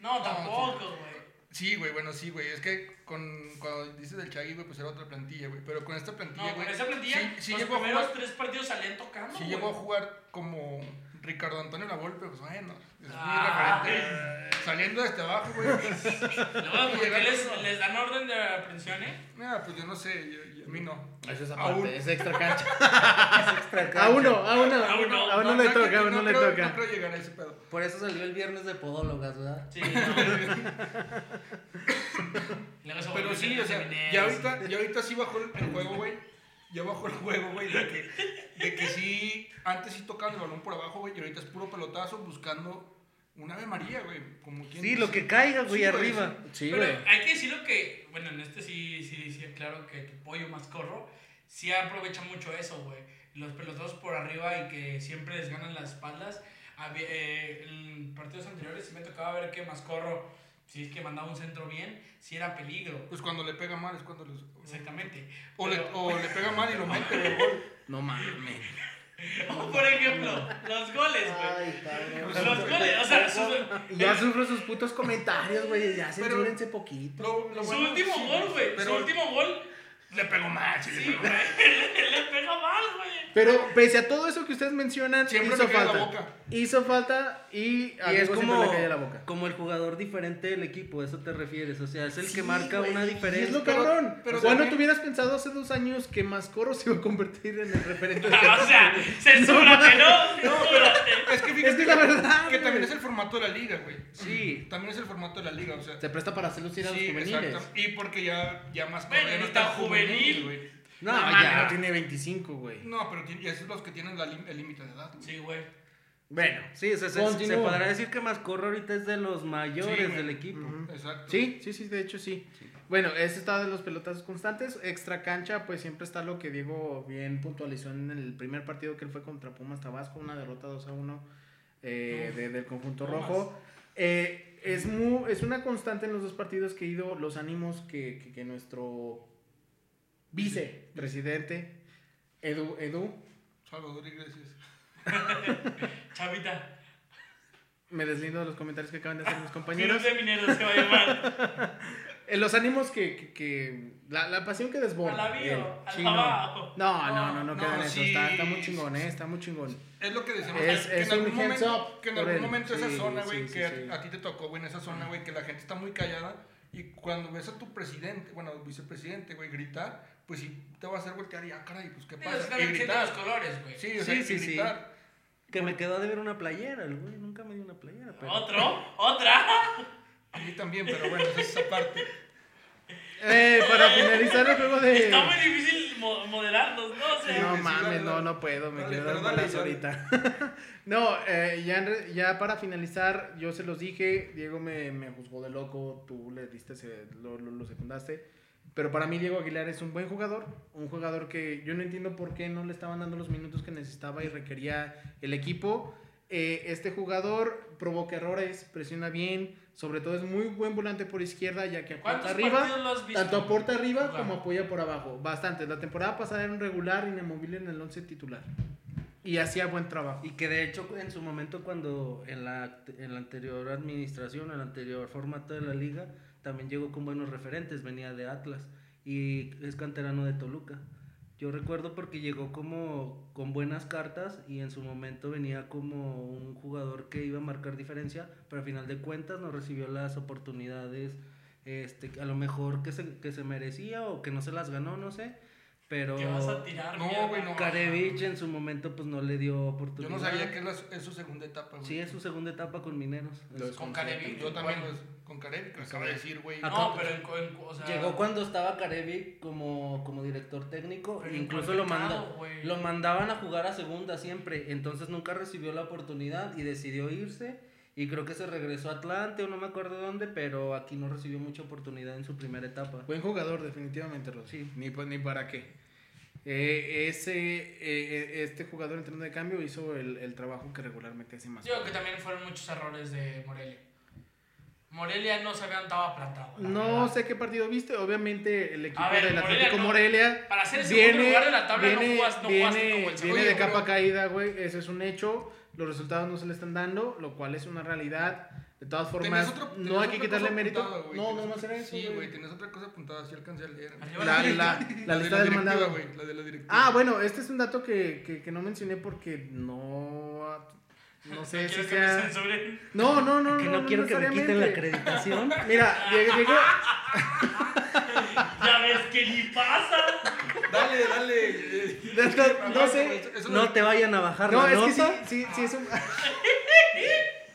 C: No, tampoco, güey.
D: Ah, Sí, güey, bueno, sí, güey. Es que con, cuando dices del Chagui, güey, pues era otra plantilla, güey. Pero con esta plantilla,
C: No,
D: güey.
C: con esa plantilla,
D: Sí, sí
C: los
D: llegó a
C: primeros
D: jugar.
C: tres partidos salían tocando,
D: Sí
C: güey.
D: llegó a jugar como Ricardo Antonio Lavolpe, pues bueno. Es muy
C: Ah.
D: referente. Saliendo desde abajo, güey. pues,
C: Luego, ¿por qué les, les dan orden de aprehensión, eh?
D: Mira, pues yo no sé, yo- yo- a mí no.
B: Eso Ah, es
D: Aún.
B: aparte, es extra cancha. A uno, a uno, a uno, a uno le
D: creo que-
B: toca, a uno
D: no
B: le
D: creo-
B: toca.
D: No creo llegar a ese pedo.
E: Por eso salió el viernes de podólogas, ¿verdad?
C: Sí, no. Luego se
D: Pero
C: volvió
D: sí,
C: Mineros
D: o sea,
C: de Mineros.
D: ya ahorita, ya ahorita sí bajó el, el juego, güey. Ya bajó el juego, güey, de que, de que sí, antes sí tocaban el balón por abajo, güey, y ahorita es puro pelotazo buscando un ave María, güey. Como quien
E: Sí,
D: dice.
E: lo que caiga, güey,
D: Sí, güey,
E: arriba.
B: Sí,
C: Pero
B: güey.
C: hay que decirlo que, bueno, en este sí, sí, sí, claro que tu pollo mascorro sí aprovecha mucho eso, güey. Los pelotazos por arriba y que siempre les ganan las espaldas. Había- eh, en partidos anteriores sí me tocaba ver que mascorro, si es que mandaba un centro bien, sí era peligro.
D: Pues cuando le pega mal es cuando les...
C: Exactamente.
D: O, le,
C: Pero-
D: o le pega mal y lo mete, güey, gol.
B: No mames.
C: o, por ejemplo, los goles, güey. Los
B: cabrón.
C: goles, o sea, su,
B: Ya sufro sus putos comentarios, güey. Ya
D: Pero-
B: censúrense poquito.
D: Lo- lo
C: su
D: bueno,
C: último
D: sí,
C: gol, güey. Su
D: pero
C: último gol,
D: Le pegó mal, sí. le
C: sí,
D: pegó.
C: güey. Le, le pega mal, güey.
B: Pero pese a todo eso que ustedes mencionan,
D: Siempre
B: hizo
D: me queda en
B: falta.
D: la boca.
B: hizo falta y, a
E: Y es
B: Diego siempre
E: como,
B: le caía la boca.
E: como el jugador diferente del equipo, a eso te refieres. O sea, es el
B: Sí,
E: que marca
B: güey,
E: una
B: Y es
E: diferencia.
B: lo cabrón.
D: pero
B: Pero bueno,
D: también-
B: tú hubieras pensado hace dos años que Mascoro se iba a convertir en el referente de
D: Ah,
C: O sea, censúrate, ¿no? Censúrate.
D: Es que fíjate
B: Es que la verdad,
D: que
B: güey.
D: también es el formato de la liga, güey.
E: Sí.
D: También es el formato de la liga, o sea.
B: Se presta para hacer lucir a los
D: sí,
B: juveniles.
D: exacto. Y porque ya, ya más
C: Bueno,
D: corre,
C: no
D: está
C: tan juvenil.
D: güey.
E: No,
B: No,
E: ya.
B: ya. tiene 25, güey.
D: No, pero tiene- esos son los que tienen la lim- el límite de edad, güey.
C: Sí, güey.
B: Bueno.
E: Sí, o sea, se, se
B: Continúa.
E: podrá decir que Mascorro ahorita es de los
D: Sí,
E: mayores
D: güey.
E: del equipo.
B: Ujú.
D: Exacto.
B: Sí, sí, sí, de hecho sí. Bueno, ese está de los pelotazos constantes. Extra cancha, pues siempre está lo que Diego bien puntualizó en el primer partido que él fue contra Pumas Tabasco, una derrota 2 a 1 eh, de- del conjunto
D: Pumas.
B: rojo. Eh, es, mu- es una constante en los dos partidos que he ido los ánimos que, que- que nuestro vicepresidente, Edu, Edu,
D: Salvador Iglesias.
C: Chavita.
B: me deslindo de los comentarios que acaban de hacer mis compañeros.
C: Virus de mineros se va a llamar.
B: Eh, los ánimos que, que, que- la, la pasión que desborda.
C: Alabío,
B: él, sí, no.
C: alabao.
B: No, no, no, no,
D: No,
B: queda en
D: sí.
B: eso. Está, está muy chingón, eh, está muy chingón.
D: Es lo que decimos.
B: Es-
D: que
B: es
D: en
B: un
D: algún
B: heads
D: momento,
B: up
D: que en
B: por
D: algún
B: él.
D: momento esa
B: Sí,
D: zona,
B: sí,
D: güey,
B: sí,
D: que a-
B: sí.
D: A, ti te tocó, güey, en esa zona, güey, que la gente está muy callada. Y cuando ves a tu presidente, bueno, vicepresidente, güey, gritar, pues sí te va a hacer voltear y, ah, caray, pues qué
C: Digo, es
D: pasa.
C: que
D: Y
C: tiene los
D: gritar.
C: colores, güey.
D: Sí, o
E: Sí,
D: sea, y
E: sí, sí.
D: gritar.
E: Que me quedó de ver una playera, el güey. Nunca me dio una playera. pero-
C: ¿Otro? ¿Otra?
D: A mí también, pero bueno, esa es esa parte.
B: Eh, para finalizar el juego de.
C: Está muy difícil mo- modelarlos, ¿no? O sea,
B: No
D: sí,
B: mames,
D: dale,
B: no,
D: dale.
B: no puedo, me
D: Dale,
B: quiero dar
D: pero
B: un
D: dale,
B: balazo
D: dale.
B: ahorita. no, eh, ya, en re- ya para finalizar, yo se los dije, Diego me, me juzgó de loco, tú le diste, ese- lo, lo- lo secundaste. Pero para mí Diego Aguilar es un buen jugador, un jugador que yo no entiendo por qué no le estaban dando los minutos que necesitaba y requería el equipo. Eh, este jugador provoca errores, presiona bien, sobre todo es muy buen volante por izquierda ya que aporta
C: ¿Cuántos
B: arriba.
C: partidos lo has visto?
B: Tanto aporta arriba
C: Claro.
B: como apoya por abajo. Bastante. La temporada pasada era un regular inamovible en el 11 titular. Y hacía buen trabajo.
E: Y que de hecho en su momento cuando en la, en la anterior administración, en el anterior formato de la liga, también llegó con buenos referentes, venía de Atlas y es canterano de Toluca. Yo recuerdo porque llegó como con buenas cartas y en su momento venía como un jugador que iba a marcar diferencia, pero al final de cuentas no recibió las oportunidades, este, a lo mejor que se, que se merecía o que no se las ganó, no sé, pero...
C: ¿Qué vas a tirar?
D: No,
C: mierda?
D: güey, no.
E: Karevich en su momento pues no le dio
D: Yo
E: oportunidad.
D: no sabía que es, la- es su segunda etapa, güey.
E: Sí, es su segunda etapa con Mineros.
B: Los-
C: Con Carevi.
D: Yo también, pues, con Karen, que acaba de decir, güey.
E: Ah,
C: No, pero en, co- en co- o sea,
E: Llegó cuando estaba Carevi como, como director técnico
C: Pero
E: e incluso lo,
C: incomplicado,
E: manda,
C: güey.
E: lo mandaban a jugar a segunda siempre, entonces nunca recibió la oportunidad y decidió irse y creo que se regresó a Atlante o no me acuerdo dónde, pero aquí no recibió mucha oportunidad en su primera etapa.
B: Buen jugador, definitivamente, Rosy.
E: Sí.
B: Ni, pa- ni para qué. Eh, ese, eh, eh, este jugador entrando de cambio hizo el, el trabajo que regularmente hace más.
C: Digo que también fueron muchos errores de Morelia. Morelia no se había andado aplatado. la
B: No
C: verdad.
B: sé qué partido viste. Obviamente, el equipo
C: Ah. A ver,
B: del
C: Morelia
B: Atlético
C: no-
B: Morelia.
C: Para ser el segundo lugar de la tabla no jugas- no jugaste
B: viene-
C: como el
B: viene de
D: segundo.
B: capa caída, güey. Eso es un hecho. Los resultados no se le están dando, lo cual es una realidad. De todas formas,
D: Tenías otro- tenías
B: no hay que
D: otra
B: quitarle
D: cosa
B: mérito.
D: apuntada, güey.
B: no,
D: Tenías
B: no más
D: otra-
B: era eso.
D: Sí, güey,
B: güey.
D: tienes otra cosa apuntada, sí alcancé a leer.
C: Arriba
B: La,
C: la-
B: la- la lista
D: de la
B: del
D: directiva,
B: mandado.
D: güey, La de la directiva.
B: Ah, bueno, este es un dato que, que, que no mencioné porque no. No sé si
C: Quiero que me
B: sea.
C: censuren.
B: No, no, no.
E: que no, quiero que me quiten la
B: necesariamente.
E: acreditación.
B: Mira, Diego- Diego,
C: Ya ves que ni pasa.
D: Dale, dale. eh,
B: No, no, no sé.
D: güey, eso- eso
E: no te vayan a bajar
B: No,
E: la
B: es
E: nota.
B: que sí, sí, sí es un.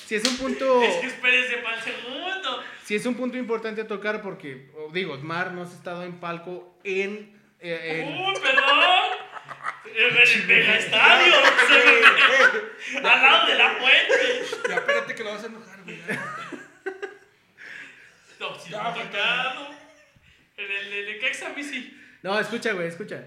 B: sí es un punto.
C: Es que espérese para el segundo.
B: Sí es un punto importante a tocar porque, o digo, Mar no has estado en palco en. eh, en-
C: ¡Uh, perdón! En el mega
B: Eh.
C: estadio. se me- Al lado de la fuente.
D: Ya, espérate que lo vas a enojar, güey.
C: No, si no, tocado. En el de Necaxa, a mí sí.
B: No, escucha, güey, escucha.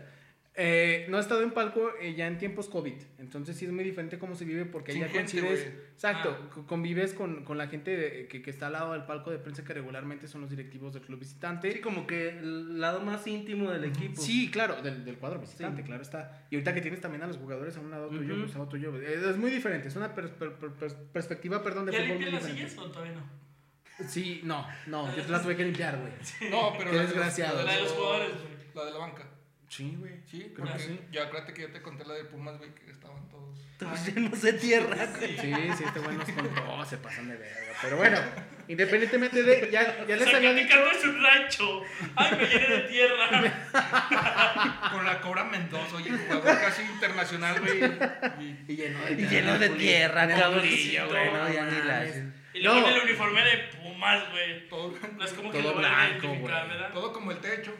B: Eh, no has estado en palco eh, ya en tiempos COVID. Entonces sí es muy diferente cómo se vive porque
D: Sin
B: ya
D: gente,
B: coincides.
D: güey.
B: Exacto,
C: Ah.
B: co- convives con, con la gente de- que, que está al lado del palco de prensa que regularmente son los directivos del club visitante.
E: Sí, como que el lado más íntimo del equipo.
B: Sí, claro, del, del cuadro visitante,
E: Pues, Sí.
B: claro está. Y ahorita que tienes también a los jugadores a un lado tuyo,
E: Ujú.
B: pues, a otro tuyo, eh, es muy diferente, es una per- per- per- per- perspectiva, perdón, de
C: ¿Ya
B: fútbol muy
C: limpian las
B: diferente.
C: sillas o todavía no?
B: Sí, no, no, yo te las tuve que limpiar, güey.
D: No, pero.
B: Qué
D: la de los-
B: desgraciado.
D: de
C: La de los jugadores, güey.
D: La de la banca.
B: Sí, güey.
D: Sí,
B: creo que
D: porque
B: sí.
D: yo acuérdate que yo te conté la de Pumas, güey, que estaban todos.
E: Todos llenos de tierra, güey.
B: Sí, sí, este güey nos contó, se pasan de verga. Pero bueno, independientemente de. Ya, ya les había dicho.
C: Zacatecas es un rancho. Ay, me llené de tierra.
D: Con la Cobra Mendoza, oye, jugador casi internacional, güey. Y-
B: Y lleno
E: Y lleno de tierra, cabrillo, güey. No, ya ni la.
B: mames.
C: Y luego
B: No.
C: el uniforme de Pumas, güey.
D: y todo,
C: No es como que
B: Todo
C: lo van a
B: blanco,
C: identificar,
B: güey.
C: ¿verdad?
D: todo como el techo.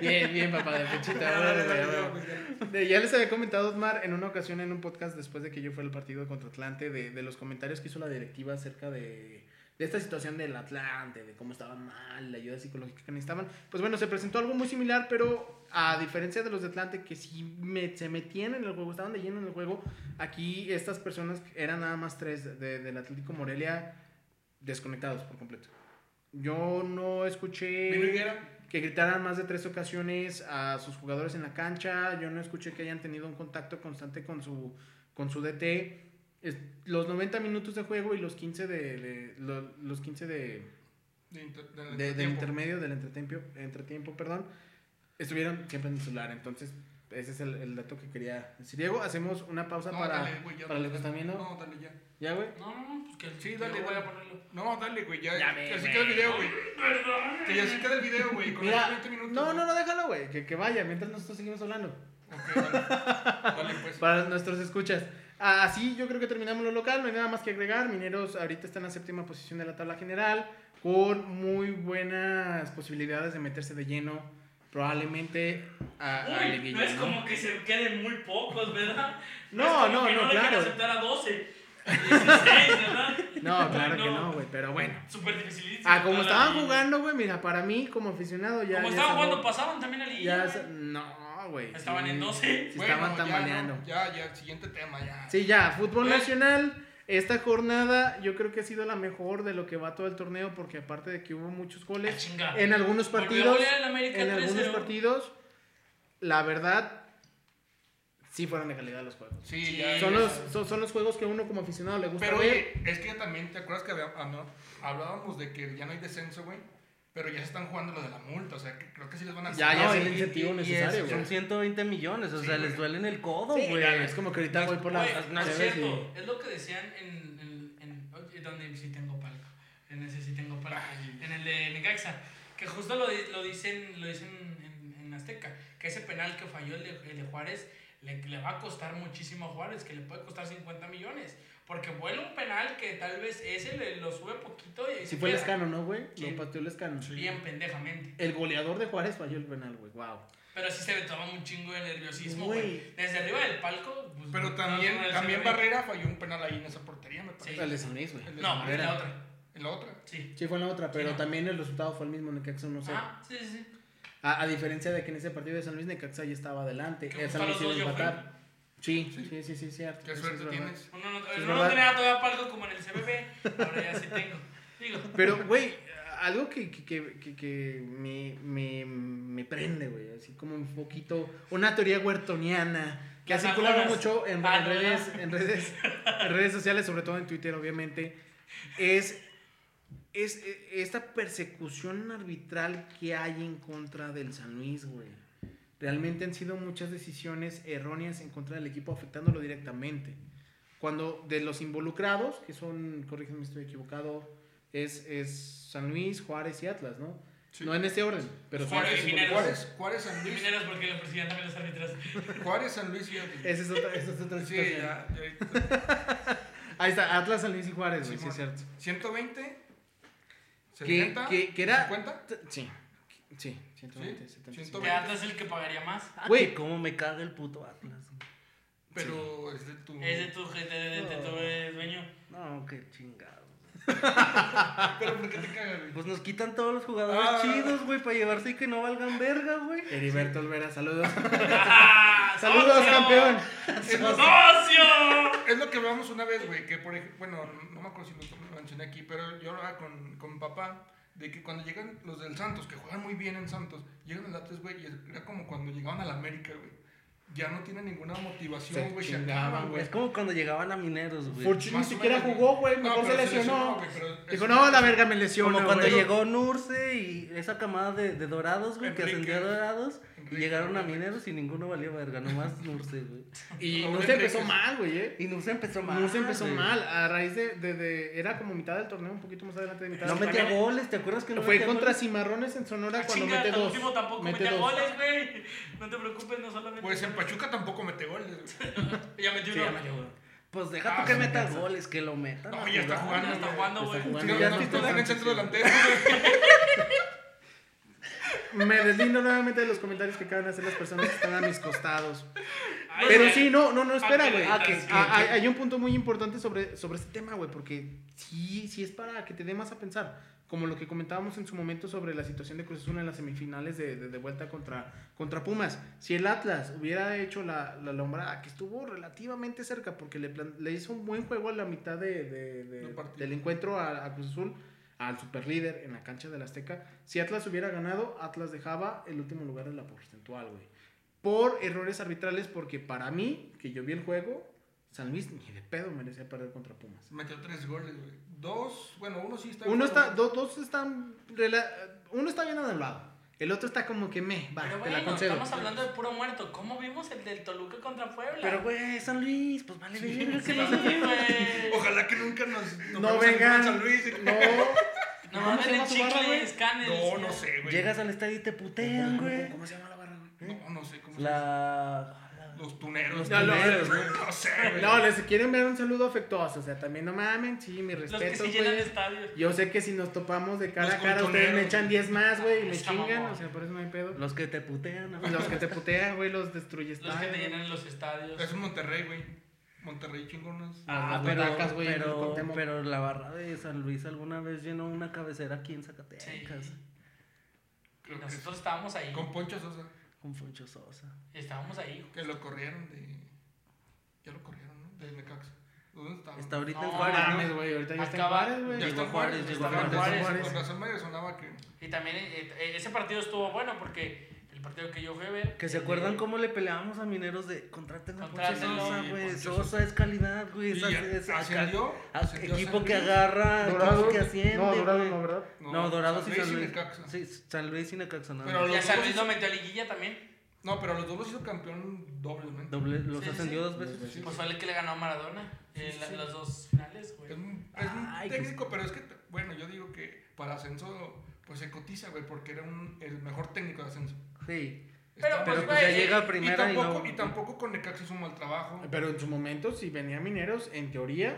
B: Bien, bien, papá, de pechita.
D: Ya,
B: órale,
D: ya, ya,
B: güey,
D: ya,
B: órale.
D: güey, ya.
B: De- Ya les había comentado, Osmar, en una ocasión en un podcast después de que yo fui al partido contra Atlante, de, de los comentarios que hizo la directiva acerca de, de esta situación del Atlante, de cómo estaban mal, la ayuda psicológica que necesitaban. Pues bueno, se presentó algo muy similar, pero a diferencia de los de Atlante, que si me- se metían en el juego, estaban de lleno en el juego, aquí estas personas eran nada más tres de- del Atlético Morelia desconectados por completo. Yo no escuché
D: Vino Higuera.
B: que gritaran más de tres ocasiones a sus jugadores en la cancha. Yo no escuché que hayan tenido un contacto constante con su, con su DT. Es- los 90 minutos de juego y los 15 de, de- lo- los 15 de,
D: De, inter-
B: de-
D: del
B: del
D: entretiempo.
B: intermedio, del entretiempo, entretiempo, perdón, estuvieron siempre en el celular. Entonces, ese es el, el dato que quería decir. Diego, hacemos una pausa
D: No,
B: para,
D: dale, güey, ya,
B: para los que
D: dale.
B: están viendo.
D: No, dale ya.
B: ¿Ya, güey?
C: No, no, no, pues que
D: Sí, dale,
C: yo voy a
D: dale.
C: ponerlo.
D: No, dale, güey, ya.
B: Ya
D: que
B: ve,
D: así
B: güey.
D: queda el video, güey.
C: Perdón.
D: Que así queda el video, güey. Con
B: Mira,
D: los 20 minutos.
B: no,
D: güey.
B: no, no, déjalo, güey. Que, que vaya, mientras nosotros seguimos hablando.
D: Ok, dale. Dale, pues.
B: para nuestros escuchas. Así yo creo que terminamos lo local, no hay nada más que agregar. Mineros ahorita está en la séptima posición de la tabla general, con muy buenas posibilidades de meterse de lleno, probablemente a, a
C: Uy,
B: liguilla,
C: no es
B: ¿no?
C: como que se queden muy pocos, ¿verdad?
B: No,
C: es como
B: no,
C: que
B: no,
C: no le
B: claro.
C: quieren aceptar a 12. 16, ¿verdad?
B: No, claro
C: Ay,
B: que no, güey, pero bueno.
C: Súper dificilísimo.
B: Ah, como
C: Para
B: estaban
C: mí.
B: jugando, güey, mira, para mí como aficionado ya... ya
C: Como estaban
B: salió-
C: jugando, pasaban también a
B: ya
C: Liga.
B: sa- No, güey.
C: Estaban
B: sí.
C: en 12.
B: Sí, estaban
D: ya,
B: tambaleando.
D: no, Ya, ya, siguiente tema, ya.
B: Sí, ya, fútbol
C: Eh.
D: Güey.
B: nacional. Esta jornada yo creo que ha sido la mejor de lo que va todo el torneo, porque aparte de que hubo muchos
C: Ah,
B: goles,
C: chinga.
B: en algunos
C: Volvió a
B: partidos...
C: golear el América
B: en
C: 3-0.
B: algunos partidos, la verdad, sí fueron de calidad los juegos.
D: Sí,
C: Sí,
D: ya.
B: Son
D: ya.
B: los, son, son los juegos que uno como aficionado le gusta
D: Pero
B: ver.
D: oye, es que también, ¿te acuerdas que había- había- hablábamos de que ya no hay descenso, güey? Pero ya se están jugando lo de la multa, o sea, que creo que sí les van a...
B: Ya, Ah, ya
E: No,
B: es
E: y-
B: el incentivo
E: y- y es-
B: necesario, güey.
E: Son 120 millones, o
D: Sí,
E: sea,
D: güey.
E: les duele en el codo,
B: Sí,
E: güey.
B: es como que ahorita voy por la...
C: Oye, no es
B: cheves y-
C: cierto, es lo que decían en, en, en oye, donde sí tengo palco, en ese sí tengo palco, en el de Necaxa, que justo lo, di- lo dicen, lo dicen en, en Azteca, que ese penal que falló el de, el de Juárez le, le va a costar muchísimo a Juárez, que le puede costar 50 millones, porque vuela un penal que tal vez ese le, lo sube poquito y ahí
B: Si
C: se
B: fue el
C: queda.
B: escano, ¿no, güey?
C: Sí.
B: Lo pateó el escano.
C: Bien pendejamente.
B: El goleador de Juárez falló el penal, güey. Wow.
C: Pero sí se le toma un chingo de nerviosismo,
B: Güey.
C: güey. Desde arriba del palco. pues,
D: Pero
C: no,
D: también,
C: no, no, no,
D: también
C: no, no,
D: Barrera falló un penal ahí en esa portería, me parece.
B: El de San Luis, güey.
D: El de
C: No,
D: Barrera.
C: la otra.
D: En la otra.
C: Sí.
B: Sí, fue en la otra, pero
C: no.
B: también el resultado fue el mismo, Necaxa 1-0.
C: Ah, sí, sí, sí.
B: A, a diferencia de que en ese partido de San Luis, Necaxa ya estaba adelante.
C: Que
B: Eh,
C: justo
B: San Luis
C: los
B: iba a
C: dos ya
B: empatar. Sí,
D: Sí.
B: sí, sí, sí, cierto.
D: Qué
B: Eso es
D: suerte
B: verdad.
D: tienes.
C: Uno no,
B: es
C: uno no
B: verdad.
C: tenía todavía palco como en el CBB, ahora ya sí tengo. Digo,
B: Pero, güey, algo que, que, que, que- que me, me, me prende, güey, así como un poquito, una teoría huertoniana que ha
C: Las
B: circulado
C: ajonas.
B: mucho en,
C: Ah,
B: en
C: no,
B: redes,
C: ¿verdad?
B: en, redes, en redes sociales, sobre todo en Twitter, obviamente, es, es eh, esta persecución arbitral que hay en contra del San Luis, güey. Realmente han sido muchas decisiones erróneas en contra del equipo, afectándolo directamente. Cuando de los involucrados, que son, corrígeme si estoy equivocado, es, es San Luis, Juárez y Atlas, ¿no?
D: Sí.
B: No en este orden, pero son
C: Juárez
B: los
C: y
B: involucrados.
C: Mineros.
D: Juárez, Juárez, San
C: y
D: Luis.
C: mineros porque le persiguen también los árbitros.
D: Juárez, San Luis y Atlas.
B: Esa es otra, esa es otra
D: Sí,
B: situación.
D: ya, ya.
B: Ahí está, Atlas, San Luis y Juárez, güey, sí,
D: Simón.
B: es cierto.
D: 120,
B: Que-
D: 70,
B: que- que era-
D: 50.
B: T- Sí, sí, 120,
D: Sí,
B: 75.
D: 120.
C: Que Atlas es el que pagaría más.
E: Ah,
B: Güey.
E: que cómo me caga el puto Atlas. güey.
D: Pero es de tu.
C: Es de tu, de, de, de- de tu eh, dueño.
E: No, qué chingado.
D: Pero ¿por qué te cagas, güey?
E: Pues nos quitan todos los jugadores
D: Ah.
E: chidos, güey, para llevarse y que no valgan verga, güey.
B: Heriberto Olvera, saludos.
C: ¡Ah,
B: saludos,
C: socio!
B: campeón.
D: Es lo,
C: ¡Socio!
D: es lo que hablamos una vez, güey. Que por ejemplo, bueno, no me acuerdo si lo, lo mencioné aquí, pero yo hablaba con, con mi papá de que cuando llegan los del Santos, que juegan muy bien en Santos, llegan al Atlas, güey, y era como cuando llegaban al América, güey. ya no tiene ninguna motivación,
B: Se
D: güey. Se
B: chingaban,
D: acaban,
B: güey.
D: güey.
E: Es como cuando llegaban a mineros, güey.
B: Furch ni
D: Más o
B: siquiera
D: menos,
B: jugó,
D: güey.
B: güey.
D: No,
B: Mejor se
D: pero se
B: lesionó.
D: lesionó, güey, pero es-
B: Dijo, no, la verga me lesionó.
E: Como cuando
B: güey".
E: llegó Nurse y esa camada de, de dorados, güey, que
D: Enrique.
E: ascendió a dorados.
D: Enrique.
E: Y llegaron a mineros y ninguno valía verga, nomás Nurse, güey.
B: Y
D: Raúl
B: no se empezó
D: Enríquez.
B: mal, güey, ¿eh?
E: Y Nurse empezó mal.
B: No se empezó
E: güey.
B: mal. A raíz de, de- de- Era como mitad del torneo, un poquito más adelante de mitad
E: No
B: del
E: metía
B: torneo.
E: goles, ¿te acuerdas que no
B: Fue
E: metía
B: contra
E: goles?
B: Cimarrones en Sonora
C: Ah,
B: cuando
C: chinga,
B: mete
C: hasta el
B: dos.
C: último tampoco
B: Mete
C: metía
B: dos.
C: goles, güey. No te preocupes, no solamente.
D: Pues en Pachuca tampoco mete goles, güey.
C: Ya metió
B: Sí,
C: uno.
B: ya metió uno.
E: Pues deja tú
D: Ah,
E: que
D: sí,
E: meta
D: sí.
E: goles, que lo metan.
D: No,
E: a
D: ya está
E: jugar.
D: jugando.
C: Ya está
D: güey.
C: jugando,
B: Está
C: güey.
B: jugando.
D: Sí,
B: Ya
D: no, no,
B: viste
D: no,
B: la
D: en el centro delantero, güey.
B: Me deslindo nuevamente de los comentarios que acaban de hacer las personas que están a mis costados.
C: Ay,
B: Pero
C: güey.
B: sí, no, no, no, espera,
C: Ah,
B: güey.
C: que- ah, que-
B: Ah,
C: que-
B: hay, hay un punto muy importante sobre, sobre este tema, güey, porque sí, sí es para que te dé más a pensar. Como lo que comentábamos en su momento sobre la situación de Cruz Azul en las semifinales de, de, de vuelta contra, contra Pumas. Si el Atlas hubiera hecho la, la lombrada, que estuvo relativamente cerca, porque le, plan- le hizo un buen juego a la mitad de, de- de-
D: Del partido.
B: del encuentro a, a Cruz Azul, al superlíder en la cancha del Azteca. Si Atlas hubiera ganado, Atlas dejaba el último lugar en la porcentual, güey por errores arbitrales, porque para mí, que yo vi el juego, San Luis ni de pedo merecía perder contra Pumas.
D: Metió tres goles, güey. Dos, bueno, uno sí está.
B: Uno está, dos, dos están, rela- uno está bien anulado, el otro está como que me, va,
C: Pero
B: te la
C: bueno,
B: concedo.
C: estamos hablando de puro muerto. ¿Cómo vimos el del Toluca contra Puebla?
E: Pero, güey, San Luis, pues vale, verga,
C: Sí,
E: que no se
C: güey.
D: Ojalá que nunca nos. nos
B: No
D: vemos en
B: vengan,
D: San Luis.
B: no,
C: No
B: ¿Cómo
C: mames,
B: se llama
C: el
B: tu barra, güey?
C: chicle, escáneres.
D: No, no sé, güey.
E: Llegas al estadio y te putean,
B: ¿Cómo-
E: güey.
B: cómo- ¿Cómo se llama la barra, güey?
D: No, no sé cómo
E: La.
D: se llama. Los tuneros.
B: Ya lo-
D: tuneros, güey. No sé, güey.
B: No, les quieren ver un saludo afectuoso, o sea, también no mamen, sí, mi
C: Los que
B: respeto,
C: se llenan
B: güey.
C: estadios.
B: Yo sé que si nos topamos de cara
D: Los
B: a cara, ustedes me
D: contoneros.
B: echan 10 más, güey, y me
C: Está
B: chingan,
C: mamón.
B: o sea, por eso no hay pedo.
E: Los que te putean, ¿no?
B: Los que te putean, güey, los destruyes.
C: Los que te llenan los estadios.
D: Es Monterrey, güey. Monterrey chingonas.
E: Ah,
B: Las
E: pero,
B: butacas, güey, en el
E: pero,
B: Cuauhtémoc.
E: pero la barra de San Luis alguna vez llenó una cabecera aquí en Zacatecas
C: Sí.
D: Creo que
C: Nosotros estábamos ahí.
D: sí. Con Poncho Sosa.
E: con Foncho Sosa.
C: Estábamos ahí.
D: Que lo corrieron de. Ya lo corrieron, ¿no? De Necaxa. ¿Dónde estaba?
E: Está ahorita en
C: No, ah,
E: Juárez, ¿no?
B: mames, güey, ahorita ya está en
C: Acaba-
B: Juárez, güey.
D: Ya está en Juárez,
E: Llegó
D: llegó a Juárez.
E: Juárez.
D: Con razón me sonaba que.
C: Y también eh, eh, ese partido estuvo bueno porque el partido que yo fui a ver.
E: Que se
C: el de-
E: acuerdan cómo le peleábamos a mineros de contraten a Poncho
C: Contrátenlo,
E: Sosa,
D: sí,
E: güey.
D: Poncho
E: Sosa es calidad, güey.
D: Y
E: es-
D: ya
E: es-
D: ascendió,
E: a-
D: ascendió a
E: Ah, equipo
D: San
E: que
D: Luis.
E: agarra, equipo
B: Dorados.
E: que asciende.
B: No, Dorados
E: güey.
B: no, ¿verdad?
E: No, Dorados
D: San
E: y San
D: Luis
E: Luis.
D: Necaxa.
E: Sí, San Luis y Necaxa, nada
D: Pero
E: más.
C: Y a San Luis lo metió a liguilla también.
D: No, pero a los dos los hizo campeón doblemente.
E: Doble- los
C: Sí, sí,
E: ascendió
C: sí.
E: dos veces.
D: Sí.
C: Pues fue el que le ganó a Maradona. en
D: sí,
C: la-
D: sí.
C: Las dos finales, güey.
D: Es un, es un
E: Ay,
D: técnico, pero es que, t- bueno, yo digo que para ascenso, pues se cotiza, güey, porque era un, el mejor técnico de ascenso.
E: Sí.
D: Está-
E: Pero
C: Pues,
E: pues ya
C: güey,
E: llega a
D: y,
E: primera y,
D: tampoco,
E: no.
D: y tampoco con Necaxa hizo un mal trabajo.
B: Pero en su momento, si venía Mineros, en teoría,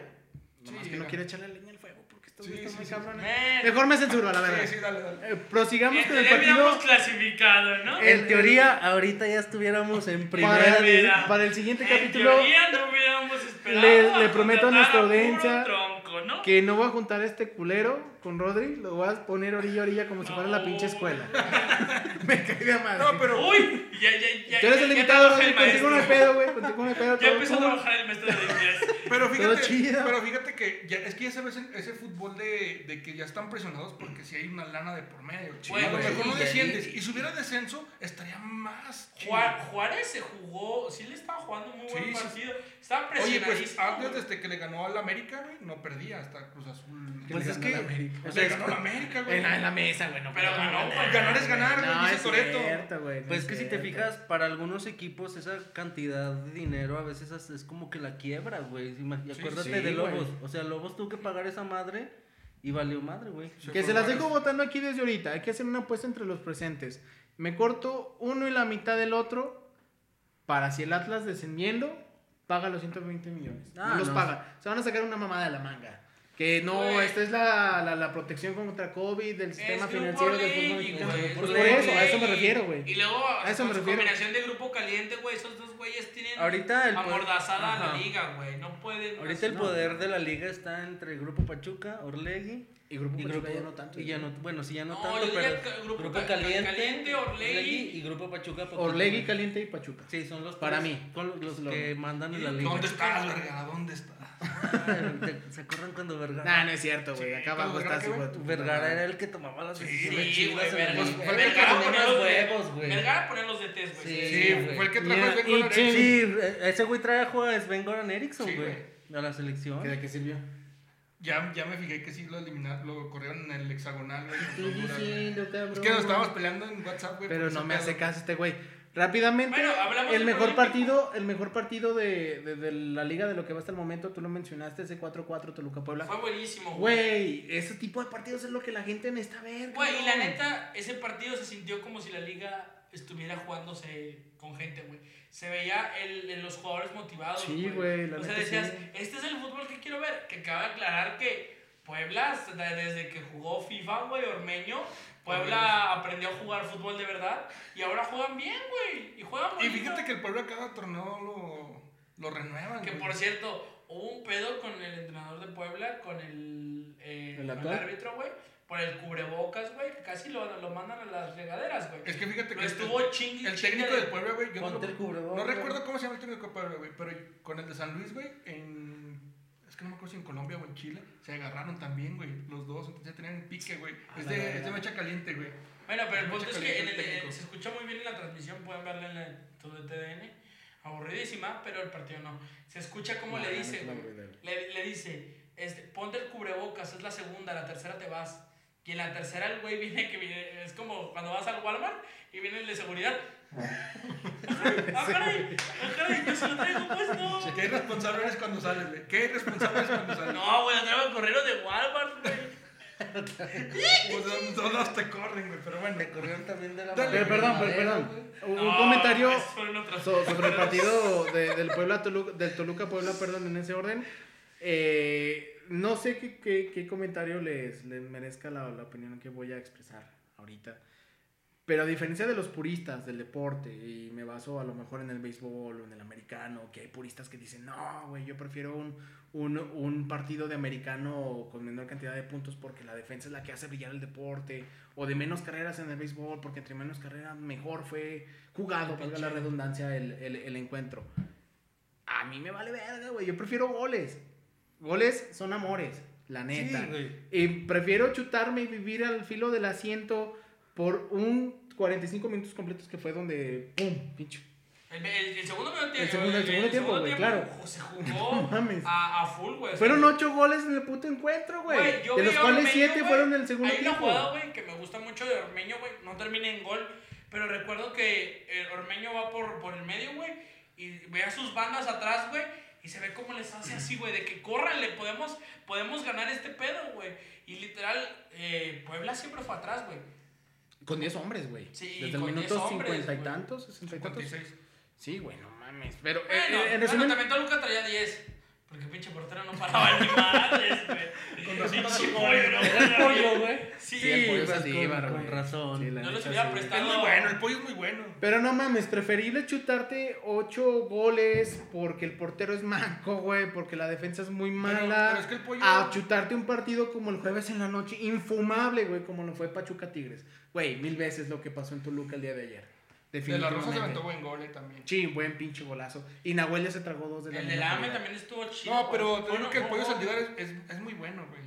B: nomás
D: Sí,
B: que no
D: era.
B: quiere echarle leña al fuego porque estos
D: Sí,
B: güeyes
D: sí,
B: están muy
D: sí.
B: cabrones.
C: Men,
B: Mejor me censuro, a la verdad.
D: Sí, sí, dale, dale.
B: Eh, prosigamos con el
C: ya habíamos
B: partido.
C: clasificado, ¿no?
B: Eh,
E: En teoría, ahorita ya estuviéramos en
B: Para
E: primera.
B: el,
C: Primera.
B: para el siguiente
C: En
B: capítulo,
C: teoría no hubiéramos esperado.
B: le- le
C: a
B: prometo a
C: contratar
B: nuestra
C: puro
B: audiencia
C: tronco, ¿no?
B: que no voy a juntar a este culero con Rodri, lo voy a poner orilla a orilla como si fuera la
C: No.
B: pinche escuela. me caí de madre.
D: No, pero.
C: Uy, ya, ya, ya.
B: Tú eres
C: ya-
B: el
C: ya
B: invitado,
C: trabaja
B: Rodri,
C: el
B: contigo no hay
C: maestro.
B: pedo, güey, contigo no hay pedo.
C: Ya
B: todo
C: empezó a
B: cool.
C: trabajar el maestro de inglés.
D: Pero
B: Todo
D: fíjate,
B: chido.
D: pero fíjate que ya, es que ya se ve ese, ese fútbol de, de que ya están presionados porque si hay una lana de por medio.
C: Güey,
D: a lo
C: güey,
D: mejor no
E: y ahí-
D: desciendes. Y si hubiera descenso, estaría más chido.
C: Juá- Juárez se jugó, sí le estaba jugando muy buen
D: Sí, sí.
C: partido. Estaba
D: Oye,
C: presionadísimo.
D: pues antes desde que le ganó al América, güey, no perdía hasta Cruz Azul.
E: Pues
B: le
E: es
B: ganó
E: que.
B: al América.
E: o
D: O
E: sea,
D: sea,
E: es-
D: ganó al América, güey.
B: En la, en la mesa, güey, no,
C: Pero ganó, güey.
D: Ganar es ganar, güey,
B: No,
D: dice
B: es
D: Toretto.
B: cierto, güey. no
E: Pues
B: es
E: que si te
B: cierto.
E: fijas, para algunos equipos esa cantidad de dinero a veces es- es como que la quiebra, güey. Si ma- y
D: Sí,
E: acuérdate
B: sí,
E: de Lobos.
B: güey.
E: O sea, Lobos tuvo que pagar esa madre y valió madre, güey.
B: Que se las dejo votando aquí desde ahorita. Hay que hacer una apuesta entre los presentes. Me corto uno y la mitad del otro para si el Atlas descendiendo paga los 120 millones.
E: Ah,
B: no los
E: no.
B: paga. Se van a sacar una mamada de la manga. Que no,
C: Güey.
B: esta es la, la, la protección contra COVID del sistema
C: Es grupo
B: financiero del fútbol
C: Orlegui,
B: mexicano.
C: güey,
B: Pues
C: es
B: Por
C: grupo
B: eso, a eso me
C: Orlegui.
B: refiero, güey.
C: Y luego,
B: A eso me
C: con su
B: refiero.
C: combinación de grupo caliente, güey, esos dos güeyes tienen
E: Ahorita el poder-
C: amordazada a la
E: Ajá.
C: liga, güey. No pueden.
E: Ahorita el
C: no.
E: poder de la liga está entre Grupo Pachuca, Orlegui
B: Y Grupo
E: y
B: Pachuca
E: Grupo
B: ya no tanto.
E: y ya no, bueno, sí ya no,
C: No,
E: tanto,
C: yo diría
E: pero
C: ca- Grupo Ca- Caliente, Orlegui.
E: y Grupo Pachuca. porque-
B: Orlegui, Caliente y Pachuca.
E: Sí, son los
B: Para
E: tres-
B: mí.
E: con los, los
B: Lo-
E: que mandan en la liga.
D: ¿Dónde estás, verga? ¿Dónde estás?
E: Te- se acuerdan cuando Vergara.
B: Nah, no es cierto, güey. Acá
D: ¿cómo
B: abajo
D: Vergara
B: está
D: qué,
B: su
D: güey?
B: hijo de tu puta
E: Vergara
B: madre.
E: era el que tomaba las decisiones
C: Sí, güey,
E: chidas en pues, el
C: verga.
E: equipo.
D: fue el que
C: Vergara
E: tenía
C: ponía
E: más
C: los
E: huevos, güey.
C: Vergara ponía los DTs, güey.
E: Sí,
D: Sí,
E: güey.
D: fue el que
B: Mira,
D: trajo Sven
B: y
D: Goran
B: Chile.
D: Eriksson.
E: Sí, e- ese güey trajo a Sven Goran Eriksson,
D: Sí,
E: güey. a la selección.
B: ¿Que ¿De qué sirvió?
D: Ya, ya me fijé que sí lo eliminaron, lo corrieron en el hexagonal, güey. contra
E: Estoy
D: Honduras, güey.
E: diciendo, cabrón.
D: Es que nos estábamos peleando en WhatsApp, güey.
B: Pero
D: por
B: no
D: ese
B: me hace
D: pedo.
B: caso este güey. Rápidamente,
C: Bueno, hablamos
B: el
C: del
B: mejor
C: Olímpico.
B: partido, el mejor partido de, de- de la liga de lo que va hasta el momento, tú lo mencionaste, ese 4-4 Toluca Puebla.
C: Fue buenísimo, güey.
B: Güey, ese tipo de partidos es lo que la gente necesita ver.
C: Güey, y la
B: cabrón.
C: neta, ese partido se sintió como si la liga estuviera jugándose con gente, güey. Se veía el, el- los jugadores motivados,
B: Sí, güey, la
C: O sea,
B: neta sí.
C: decías, este es el fútbol que quiero ver. Que cabe aclarar que Puebla, hasta desde que jugó FIFA, güey, Ormeño, Puebla aprendió a jugar fútbol de verdad. Y ahora juegan bien, güey. Y juegan
D: Y
C: bonito.
D: fíjate que el pueblo cada torneo lo, lo renuevan.
C: Que
D: güey.
C: por cierto, hubo un pedo con el entrenador de Puebla, con el, eh,
B: ¿El
C: con
B: actual?
C: árbitro, güey, por el cubrebocas, güey, que casi lo, lo mandan a las regaderas, güey.
D: Es que fíjate
C: Lo
D: que este
C: estuvo chingui,
D: el
C: chingue
D: técnico
C: de-
D: del Puebla, güey, yo no,
E: Ponte
D: lo-
E: el cubrebocas.
D: no recuerdo cómo se llama el técnico del Puebla, güey, pero con el de San Luis, güey, en es que no me acuerdo si en Colombia o en Chile se agarraron también, güey, los dos, entonces ya tenían pique, güey.
B: A
D: Es
B: la
D: de,
B: verga.
D: es de mecha caliente, güey.
C: Bueno, pero el
D: Mucho
C: punto es que en
D: caliente
C: el-
D: el técnico.
C: en- se escucha muy bien en la transmisión, pueden verla en la tu de TDN, aburridísima, pero el partido no. Se escucha como
B: No,
C: le
B: no es
C: dice,
B: una
C: güey,
B: aburridera.
C: le, le dice, este, ponte el cubrebocas, es la segunda, la tercera te vas. Y en la tercera el güey viene que viene, es como cuando vas al Walmart y viene el de seguridad. ah, caray, ah, caray, yo se lo traigo, pues no.
D: Qué irresponsable eres cuando sales, güey. Qué irresponsable eres cuando sales.
C: No, güey, lo traigo el correo de Walmart, güey.
D: O sea, todos te corren, güey, pero bueno.
E: Te corrieron también de la
D: Dale,
E: madre
B: Pero perdón, pero
E: madera,
B: perdón.
E: güey.
B: Un
C: No,
B: comentario
C: pues, fueron otros.
B: so- sobre el partido de- del Puebla Toluca, del Toluca Puebla, perdón, en ese orden. Eh, no sé qué, qué- qué comentario les, les merezca la, la opinión que voy a expresar ahorita. Pero a diferencia de los puristas del deporte, y me baso a lo mejor en el béisbol o en el americano, que hay puristas que dicen, no, güey, yo prefiero un, un, un partido de americano con menor cantidad de puntos porque la defensa es la que hace brillar el deporte, o de menos carreras en el béisbol porque entre menos carreras mejor fue jugado, valga la redundancia, el, el- el encuentro. A mí me vale verga, güey, yo prefiero goles. Goles son amores, la neta.
E: Sí, güey.
B: Y prefiero chutarme y vivir al filo del asiento por un 45 minutos completos que fue donde, pum, pinche.
C: El, el- el segundo medio tiempo.
B: El segundo- el segundo tiempo, güey, claro.
C: Se
B: No
C: jugó
B: mames.
C: a, a full, güey.
B: Fueron
C: ocho,
B: ocho goles en el puto encuentro, güey.
C: yo
B: De
C: vi
B: los
C: a
B: cuales
C: Ormeño,
B: siete
C: güey.
B: fueron en el segundo
C: Hay una
B: tiempo.
C: jugada, güey, que me gusta mucho de Ormeño, güey. No termina en gol, pero recuerdo que eh, Ormeño va por, por el medio, güey, y ve a sus bandas atrás, güey. Y se ve cómo les hace así, güey, de que córranle, podemos, podemos ganar este pedo, güey. Y literal, eh, Puebla siempre fue atrás, güey.
B: Con 10 hombres, güey.
C: Sí,
B: Desde el
C: con
B: minuto
C: 10 hombres,
B: 50 y
C: güey.
B: tantos, 60 y tantos.
D: 56.
B: Sí, güey, no mames. Pero eh,
C: Bueno,
B: eh, en
C: bueno,
B: resumen,
C: también Toluca traía 10. Porque pinche portero no paraba ni madres, güey.
D: Con razón
C: Pinche
D: no
C: pollo, ¿no?
E: Era el pollo, güey.
C: Sí,
B: Sí, el pollo
E: pues,
B: Saldívar,
E: con-
B: güey.
E: con razón.
B: la
C: No
B: neta,
C: los hubiera
B: sí.
C: prestado.
D: Es muy bueno, el pollo es muy bueno.
B: Pero no mames, preferible chutarte 8 goles porque el portero es manco, güey, porque la defensa es muy mala.
D: pero es que el pollo-
B: A chutarte un partido como el jueves en la noche, infumable, güey, como lo fue Pachuca Tigres. Güey, mil veces lo que pasó en Toluca el día de ayer.
D: De la Rosa se
B: Definitivamente.
D: aventó buen gol eh, también.
B: Sí, buen pinche golazo. Y Nahuel ya se tragó dos de la
C: El
B: misma
C: del AME
B: calidad.
C: también estuvo chido.
D: No, pero te
C: Bueno,
D: digo que el pollo
C: no,
D: Saldívar es, es, es muy bueno, güey.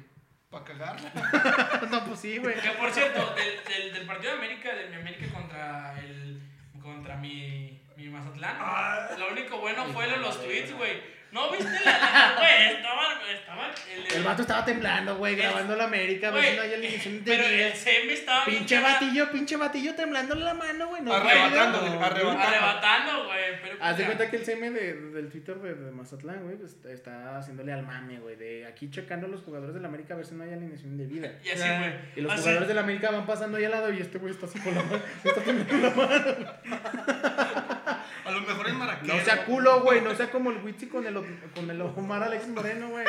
D: Para cagarla.
B: no, pues sí, güey.
C: Que por cierto, del, del, del partido de América, de mi América contra el. contra mi. mi Mazatlán. Lo único bueno fue lo- los tweets, güey. ¿No viste la- la. Güey, estaba. estaba el,
B: El vato estaba temblando, güey,
C: Es-
B: grabando la América,
C: güey,
B: viendo ahí el inicio de
C: Pero el
B: diez.
C: semi estaba bien
B: Pinche
C: cagado.
B: batillo, pinche batillo temblándole la mano, güey. No,
D: Arrebatando,
B: güey,
D: güey, arrebatando.
C: Arrebatando, güey. pero, pues
B: Haz de
C: o sea,
B: cuenta que el CM de- del Twitter de, de Mazatlán, güey, pues, está- está haciéndole al mame, güey, de aquí checando a los jugadores del América a ver si no hay alineación de vida.
C: Y así, güey.
B: Y los
C: Así.
B: jugadores del América van pasando ahí al lado y este güey está así con la mano. está temblando la mano.
D: A lo mejor es maraquero.
B: No sea culo, güey, no sea como el Witsi con el, con el Omar Alex Moreno, güey.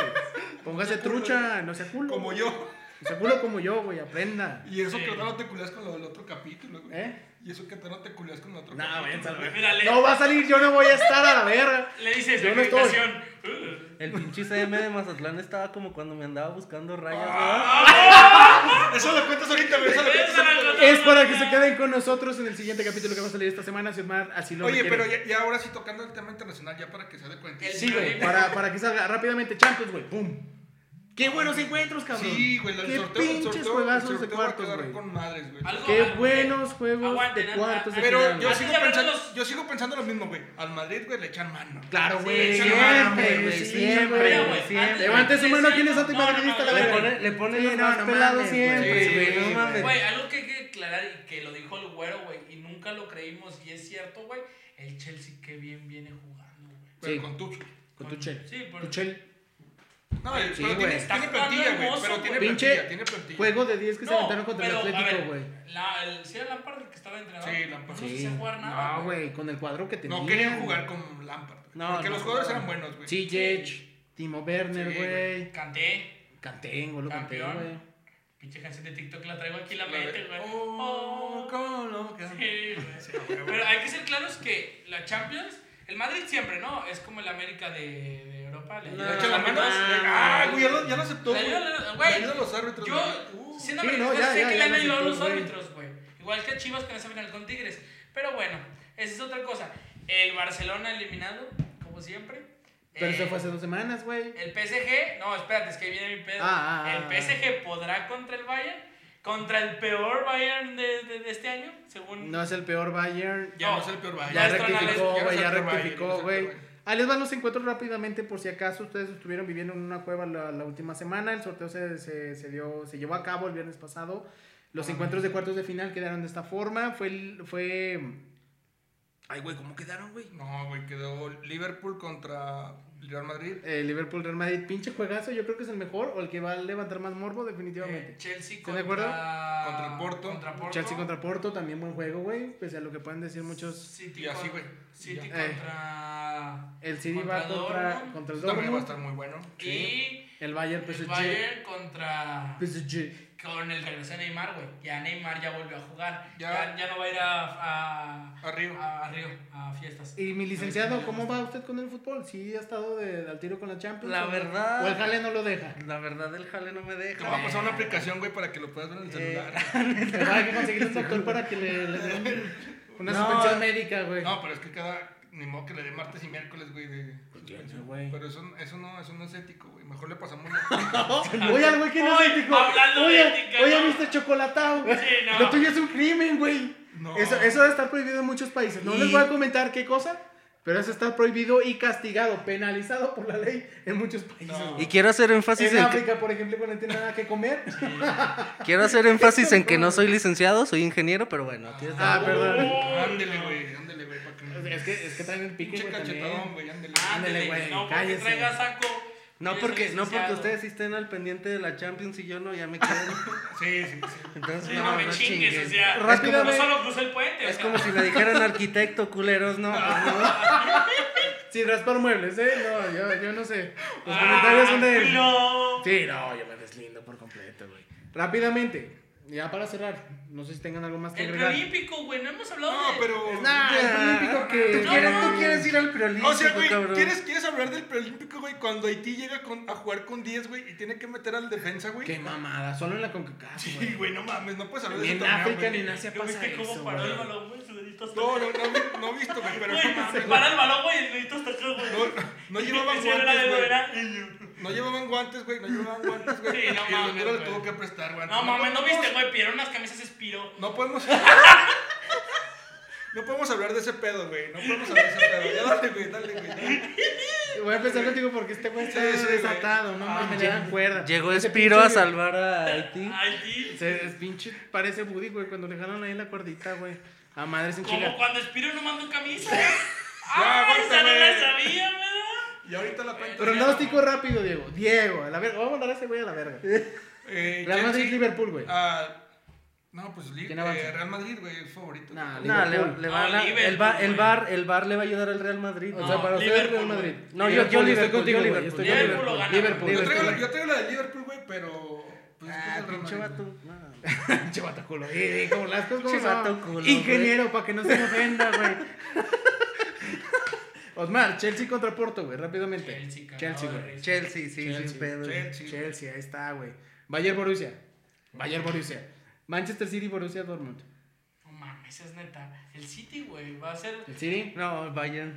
B: Póngase trucha, no sea culo.
D: Como yo.
B: Seguro como yo, güey, aprenda.
D: Y eso
C: Sí.
D: que ahora no te culeas con lo del otro capítulo, güey.
B: ¿Eh?
D: Y eso que ahora no te culeas con lo otro
B: No,
D: capítulo.
B: váyanse a la verga.
C: Mira, le,
B: No va a salir, yo no voy a estar a la verga.
C: le dices
B: Yo
C: la
B: no estoy.
C: invitación. "Uh,
E: El pinche CM de Mazatlán estaba como cuando me andaba buscando rayas, ¿verdad?
D: Eso lo cuentas ahorita, güey. Eso lo cuentas
C: Esa la
D: ahorita.
C: cuentas.
B: Es para que se queden con nosotros en el siguiente capítulo que va a salir esta semana, si Omar así lo
D: Oye,
B: requiere.
D: pero ya, ya ahora sí tocando el tema internacional, ya para que se dé cuenta.
C: El-
B: Sí, güey, para, para que salga rápidamente Champions, güey, pum. Qué buenos encuentros, cabrón.
D: Sí, güey, el
B: Qué
D: sorteo, el
B: pinches
D: sorteo, el
B: juegazos de
D: sorteo va a
B: cuartos,
D: quedar
B: güey.
D: con madres, güey.
C: Algo-
B: Qué
C: algo-
B: buenos juegos
C: Aguanten,
B: de
C: a-
B: cuartos de
C: a-
D: Pero
B: final.
D: yo
C: Así
D: sigo,
C: de verdad
D: pensando,
C: los-
D: yo sigo pensando lo mismo, güey. Al Madrid, güey, le echan mano.
B: Claro, güey,
C: Sí,
B: siempre,
E: sí,
B: güey,
E: sí,
B: siempre,
E: sí,
B: güey.
C: antes
E: siempre.
C: de
B: Levante su mano,
C: decirlo,
B: ¿quién es
C: no, no,
B: antimadridista
C: no,
B: la
C: no,
E: Le
B: verga?
E: pone, le pone
B: Sí,
E: los
B: no,
E: más
B: no
E: pelados
B: mames,
E: siempre,
D: güey.
E: güey,
B: Sí,
E: no mames.
C: Güey, algo que hay que aclarar y que lo dijo el güero, güey, y nunca lo creímos y es cierto, güey, el Chelsea qué bien viene jugando, güey.
D: Pero
B: Sí.
D: con tu...
B: Con Tuchel.
C: Sí, por-
B: Tuchel.
D: No, güey,
B: Sí,
D: pero
B: güey.
D: tiene,
B: Está
D: tiene
C: jugando
D: plantilla, güey.
C: hermoso,
D: Pero tiene
B: güey. Pinche
D: plantilla, tiene plantilla.
B: Juego de 10 que se aventaron contra el
C: pero, a
B: Atlético,
C: ver,
B: güey.
C: la- el- ¿Sí era Lampard el que estaba entrenando?
D: Sí, Lampard.
C: No
B: Sí.
C: sé jugar nada.
B: No, güey, con el cuadro que tenía.
D: No querían jugar con Lampard. güey,
E: No,
D: porque
E: no
D: los jugadores
E: jugaban.
D: eran buenos, güey.
B: Sí, Jech, Timo Werner,
D: Sí,
B: güey.
C: Canté.
B: Canté, güey, lo canté,
C: Campeón.
B: güey.
C: Pinche canción de TikTok la traigo aquí, la
D: La
C: mente,
D: de-
C: güey.
D: Oh, cómo lo que-
C: Sí, güey.
D: Sí, güey, güey.
C: Pero hay que ser claros que la Champions, el Madrid siempre, ¿no? Es como el América de, de Europa. Le
D: Le
C: ayuda
D: echan las
C: a los
D: manos.
C: árbitros.
D: Ah, güey, ya lo, ya lo aceptó.
C: Le
D: güey.
C: ayuda a los-
D: Le
C: Güey,
D: ayuda a los árbitros.
C: Yo,
D: güey.
C: siendo
D: Uh,
B: sí, no,
C: americanista,
B: ya,
C: sé
B: ya, ya
C: que le han
B: lo
C: ayudado a los
B: aceptó, güey.
C: árbitros, güey. Igual que a Chivas con esa final con Tigres. Pero bueno, esa es otra cosa. El Barcelona eliminado, como siempre.
B: Pero
C: Eh,
B: eso fue hace dos semanas, güey.
C: El PSG, no, espérate, es que ahí viene mi pedo.
B: Ah, ah, ah.
C: el PSG podrá contra el Bayern, contra el peor Bayern de, de- de este año, según.
B: No es el peor Bayern.
D: Ya no es el peor Bayern.
B: Ya
C: no es tan
B: rectificó,
C: al-
D: ya no
B: güey,
D: es
B: ya
D: el peor Bayern, no
B: rectificó,
D: es el
B: güey.
D: peor Bayern.
B: Ahí les van los encuentros rápidamente por si acaso ustedes estuvieron viviendo en una cueva la, la última semana. El sorteo se, se, se dio, se llevó a cabo el viernes pasado. Los encuentros de cuartos de final quedaron de esta forma. Fue, el- fue... Ay, güey, ¿cómo quedaron, güey?
D: No, güey, quedó Liverpool contra Real Madrid.
B: Eh, Liverpool Real Madrid, pinche juegazo, yo creo que es el mejor o el que va a levantar más morbo
C: eh,
B: definitivamente.
C: Chelsea
B: de
C: contra.
B: acuerdo?
D: Contra el Porto.
C: Contra Porto.
B: Chelsea contra Porto, también buen juego, güey, pese a lo que pueden decir muchos.
C: City.
D: Y así,
C: con-
D: güey.
C: City
D: Eh.
C: contra.
B: El City
C: contra
B: va contra,
C: Dortmund.
B: contra el
D: Esto Este también va
B: Dortmund,
D: a estar muy bueno.
C: Y
B: el Bayern
C: el
B: PSG.
C: Bayern contra.
B: pues, PSG.
C: Con el regreso de Neymar, güey. Ya Neymar ya volvió a jugar. Ya,
D: Ya.
C: ya no va a ir a. a
D: Arriba.
C: a, a Río, a fiestas.
B: Y mi licenciado, ¿cómo va usted con el fútbol? ¿Sí ha estado de, al tiro con la Champions?
E: La
B: ¿O-
E: verdad.
B: ¿O el jale no lo deja?
E: La verdad, el jale no me
D: Te
E: deja.
D: voy a pasar una aplicación, güey, para que lo puedas ver en el
E: Eh,
D: celular.
B: Hay que conseguir un doctor para que le, le den un- una
E: No.
B: suspensión médica, güey.
D: No, pero es que cada. Ni modo que le dé martes y miércoles, güey. De...
B: güey.
D: Pero eso, eso, no, eso no es ético, güey. Mejor le pasamos la.
B: Oye, al güey que no
C: Uy,
B: es ético.
C: hablando
B: Oye,
C: de ética,
B: oye,
C: no.
B: viste chocolatado.
C: Sí, no.
B: Lo tuyo es un crimen, güey.
D: No.
B: Eso, eso debe estar prohibido en muchos países. No
E: Y-
B: les voy a comentar qué cosa, pero eso está prohibido y castigado, penalizado por la ley en muchos países.
D: No.
B: güey.
E: Y quiero hacer énfasis
B: En
E: en, que,
B: África, por ejemplo, cuando no tiene nada que comer.
E: quiero hacer énfasis en que no soy licenciado, soy ingeniero, pero bueno, tienes
B: Ah,
E: razón.
B: perdón.
D: Ándele, güey. Ándele, güey. Para que no.
B: Es que, es que traen el pique,
D: Pinche
B: güey,
D: cachetadón,
B: también.
D: güey. Ándele.
C: Ándale,
B: Ándele,
C: güey.
B: güey,
C: No, porque
B: cállese.
C: traiga saco.
E: No
C: Yo
E: porque,
C: soy
E: no porque
C: licenciado.
E: ustedes sí estén al pendiente de la Champions y yo no, ya me quedo.
D: Sí, sí, sí.
E: Entonces,
C: Sí, no, me chingues,
E: chinguen.
C: o sea.
B: Rápidamente.
C: No solo crucé el puente, o
E: Es
C: sea.
E: como si le dijeran arquitecto, culeros, no. pues no.
B: Sin raspar muebles, ¿eh? No, yo, yo no sé. Los
C: Ah,
B: comentarios son de.
C: No.
B: Sí, no, yo me deslindo por completo, güey. Rápidamente, ya para cerrar, no sé si tengan algo más que
C: El
B: agregar.
C: preolímpico, güey. No hemos hablado
D: No,
C: de.
D: pero.
B: Nah, el preolímpico que.
E: ¿Tú quieres, tú quieres ir al preolímpico,
D: O sea, güey,
E: cabrón.
D: ¿quieres, ¿quieres hablar del preolímpico, güey? Cuando Haití llega con- a jugar con 10, güey, y tiene que meter al defensa, güey.
B: Qué mamada, solo en la CONCACAF, güey.
D: Sí, güey, no mames, no puedes hablar
B: Ni
D: de
B: en
D: ese torneo,
B: África,
D: güey.
B: ni en Asia
C: ¿No
B: pasa
C: viste cómo
B: eso,
C: paró el
B: güey.
C: balón, güey? Sus deditos hasta
D: No, no, no, vi- no he visto, güey, pero no
C: acá.
D: mames,
C: Güey,
D: güey.
C: Para el balón, güey. El dedito hasta acá, güey.
D: No, no llevaban
C: Si era la de
D: guantes,
C: Lorena.
D: güey. No llevaban guantes, güey, no llevaban guantes, güey.
C: Sí, no
D: y
C: mames,
D: el Honduras
C: güey.
D: le tuvo que prestar guantes.
C: No, mames, no
D: podemos-
C: viste, güey. Pidieron unas camisas espiro.
D: No podemos... No podemos hablar de ese pedo, güey. No podemos hablar de ese pedo. Ya dale, güey, dale, güey. dale.
B: Voy a empezar contigo porque este güey está
D: Sí, sí, güey. Ah,
B: desatado, no mames, le dan cuerda.
E: Llegó
B: Ese
E: Espiro
B: pinche-
E: a salvar a Haití.
C: Ay, sí.
B: Se, es pinche, parece Buddy, güey, cuando le jalan ahí la cuerdita, güey. A madre sin
C: Como
B: chinga.
C: cuando Espiro no mandó camisa.
D: Ya,
C: Ah, esa no
D: aguántame.
C: la sabía, ¿verdad?
D: Y ahorita la cuento.
B: Pronóstico rápido, Diego. Diego, a la verga. Vamos a mandar a ese güey a la verga.
D: Eh,
B: Real
D: Chelsea-
B: Madrid-Liverpool, güey.
D: Ah, no, pues Li-
B: ¿Quién avanza?
D: eh, Real Madrid, güey, es favorito.
B: Nah,
D: güey.
E: No, le,
B: Liverpool.
E: le va a
C: No,
E: la-
C: Liverpool,
E: el, va- el
C: güey.
E: bar, el bar le va a ayudar al Real Madrid.
B: O sea, para ustedes
C: Liverpool,
B: Real Madrid.
C: güey.
E: No, yo- yo Liverpool, yo
B: estoy
E: Liverpool.
B: contigo, güey,
C: Liverpool lo
B: Yo
C: gana.
B: estoy contigo, Liverpool.
D: yo, traigo la,
B: Liverpool.
D: yo traigo la de Liverpool, güey, pero. Pues,
E: Ah,
D: es del Real
E: pinche
D: Madrid,
E: vato. Ah,
D: güey.
E: No, no.
B: Pinche vato culo. Eh, eh, como las cosas como
E: Pinche
B: son.
E: vato culo,
B: Ingeniero, para que no se me ofenda, güey. Osmar, Chelsea contra Porto, güey, rápidamente.
C: Chelsea, cagado
B: Chelsea,
C: de
B: güey.
C: risa.
E: Chelsea, sí,
B: Chelsea,
E: sin pedo.
D: Chelsea.
B: Chelsea, ahí está, güey. Bayern Borussia. Bayern Borussia. Manchester City, Borussia Dortmund.
C: No mames, es neta. El City, güey, va a ser.
B: ¿El City?
E: No, Bayern.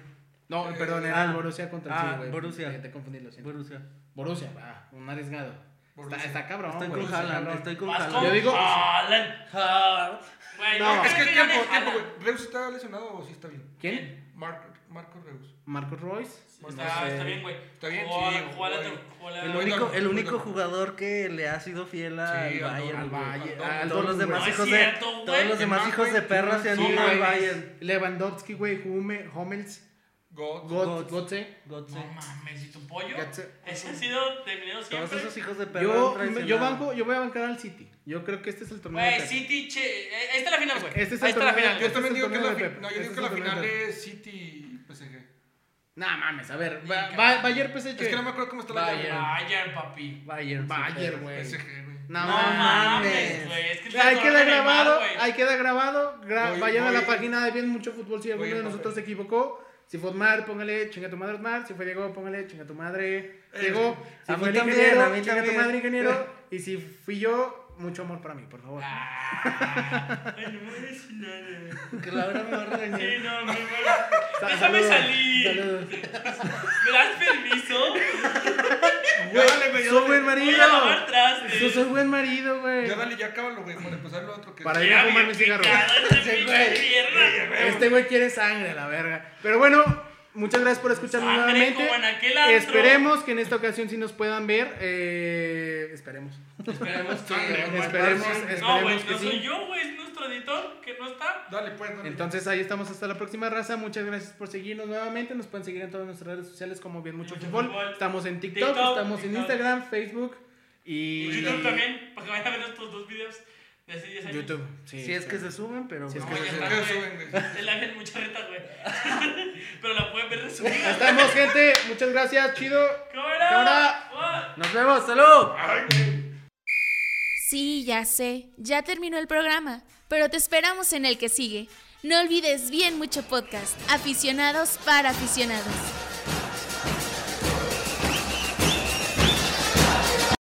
B: No,
D: Eh,
B: perdón, era el
E: ah,
B: Borussia contra el
E: ah,
B: City, güey.
E: Borussia.
B: Te, te confundí, lo siento.
E: Borussia.
B: Borussia, va, un arriesgado. Está,
D: Borussia.
B: está cabrón,
E: Estoy
B: güey,
E: con
B: está
E: Haaland,
B: cabrón.
E: estoy con
C: Vas
E: Haaland.
C: con
B: Yo digo-
C: Haaland. Haaland. Güey,
B: No.
C: no,
D: Es que
C: creo gane
D: tiempo, tiempo,
C: Haaland.
D: güey. ¿Reus está lesionado o sí está bien?
B: ¿Quién?
D: Marco, Marco Reus.
B: Marcos Royce. No
C: Pues Está,
B: sé.
C: está bien, güey.
D: Está bien,
C: Jugó-
D: sí,
C: jugó a la-
D: güey.
C: jugó a la-
E: El
D: Voy
E: único,
D: con-
E: el
D: voy
E: único
D: con-
E: jugador que le ha sido fiel al
D: Sí, al
E: Bayern.
B: Al
E: güey.
B: Bayern.
D: Al
B: al
E: Todos los
B: Dortmund, güey.
E: demás
C: No es
E: hijos
C: cierto,
E: de
C: güey.
E: todos los
C: ¿Qué
E: demás
D: más,
E: hijos
D: güey?
E: de perra se han
B: Sí,
E: ido al
B: güey.
E: Bayern.
B: Lewandowski, güey, Hume, Hummels,
D: God.
B: Götze.
E: Götze.
B: Götze.
E: Gotze.
C: No mames, ¿y tu pollo?
B: Gatse.
C: Ese ha sido terminado
E: Todos
C: siempre.
E: esos hijos de perra.
B: Yo,
E: han
B: me- yo
E: traicionado.
B: banco, yo voy a bancar al City. Yo creo que este es el torneo. de
C: Güey,
B: Pep.
C: City, che. eh, Ahí está la final, güey.
B: Este es el
C: Ahí está la
B: torneo.
C: final.
D: Yo también
B: Este es
D: digo
B: el
D: que la,
B: torneo de
D: fi-
B: Pep.
D: no, yo
B: Este
D: digo
B: es
D: que
B: el
D: la
B: torneo de
D: final
B: Pep.
D: es City PSG.
B: Nah, mames, a ver.
C: Sí,
B: Va, pues,
C: cabrón.
B: va- Bayern PSG.
D: Es que no me acuerdo cómo está la
B: Bayern.
D: llave.
C: Bayern, papi.
E: Bayern. sí,
B: Bayern,
E: perra.
B: güey.
D: PSG, güey.
B: No,
E: No
B: mames.
E: mames.
C: güey. Es que
B: Ahí queda
C: el torneo de Neymar,
B: grabado,
C: güey.
B: ahí queda grabado. Gra-
D: Voy-
B: Vayan a la
D: voy-
B: página de Bien Mucho Fútbol si alguno
D: voy
B: de
D: en
B: nosotros
D: papel.
B: se equivocó. Si fue Osmar, póngale chinga tu madre Osmar. Si fue Diego, póngale chinga tu madre
C: Eh,
B: Diego. Si
E: a mí
B: fue el
E: también,
B: ingeniero,
E: a mí
B: chinga tu
E: también.
B: madre ingeniero. Y si fui yo, mucho amor para mí, por favor.
C: Ah, Ay, no me voy a decir nada.
E: Que la hora me va a regañar.
C: Sí, no, no, no.
B: Sa-
C: Déjame
B: saludos,
C: salir.
B: saludos.
C: ¿Me das permiso?
D: Ya dale, güey. ya
B: Soy buen
D: dale.
C: Voy a
B: marido.
C: lavar trastes.
B: Yo soy buen marido, güey.
D: Ya dale, ya cábalo, güey, para empezar lo otro que
B: Para
C: Voy
B: ir a
C: a
B: fumar mi cigarro. Sí, güey. Este güey quiere sangre, la verga. Pero bueno, muchas gracias por escucharnos
C: Sangre
B: nuevamente.
C: como en aquel antro.
B: Esperemos que en esta ocasión sí nos puedan ver. eh, esperemos.
C: Esperemos que.
D: Sangre,
B: Esperemos,
D: sí.
C: No,
B: esperemos
C: güey,
B: que
C: no soy
B: sí.
C: yo, güey, es nuestro editor que no está.
D: Dale, pues, dale.
B: Entonces ahí estamos hasta la próxima raza. Muchas gracias por seguirnos nuevamente. Nos pueden seguir en todas nuestras redes sociales como bien mucho
C: Mucho
B: fútbol.
C: Fútbol.
B: Estamos en TikTok,
C: TikTok,
B: estamos en
C: TikTok.
B: Instagram, Facebook
C: Y
B: y
C: YouTube también, para que vayan a ver nuestros dos videos de hace 10 años.
B: YouTube. Sí,
E: Si es que
B: sí.
E: se suben, pero.
B: Si es
E: no,
B: que
E: ya
B: se
E: está.
D: ¿Qué suben, güey?
C: El ángel mucha reta, güey. Pero la pueden ver
B: Ahí
C: resumida.
B: Estamos, gente. Muchas gracias. Chido.
C: ¡Cámara!
B: Cámara.
C: ¡Cámara!
E: Nos vemos, salud.
A: Sí, ya sé, ya terminó el programa, pero te esperamos en el que sigue. No olvides bien mucho podcast, aficionados para aficionados.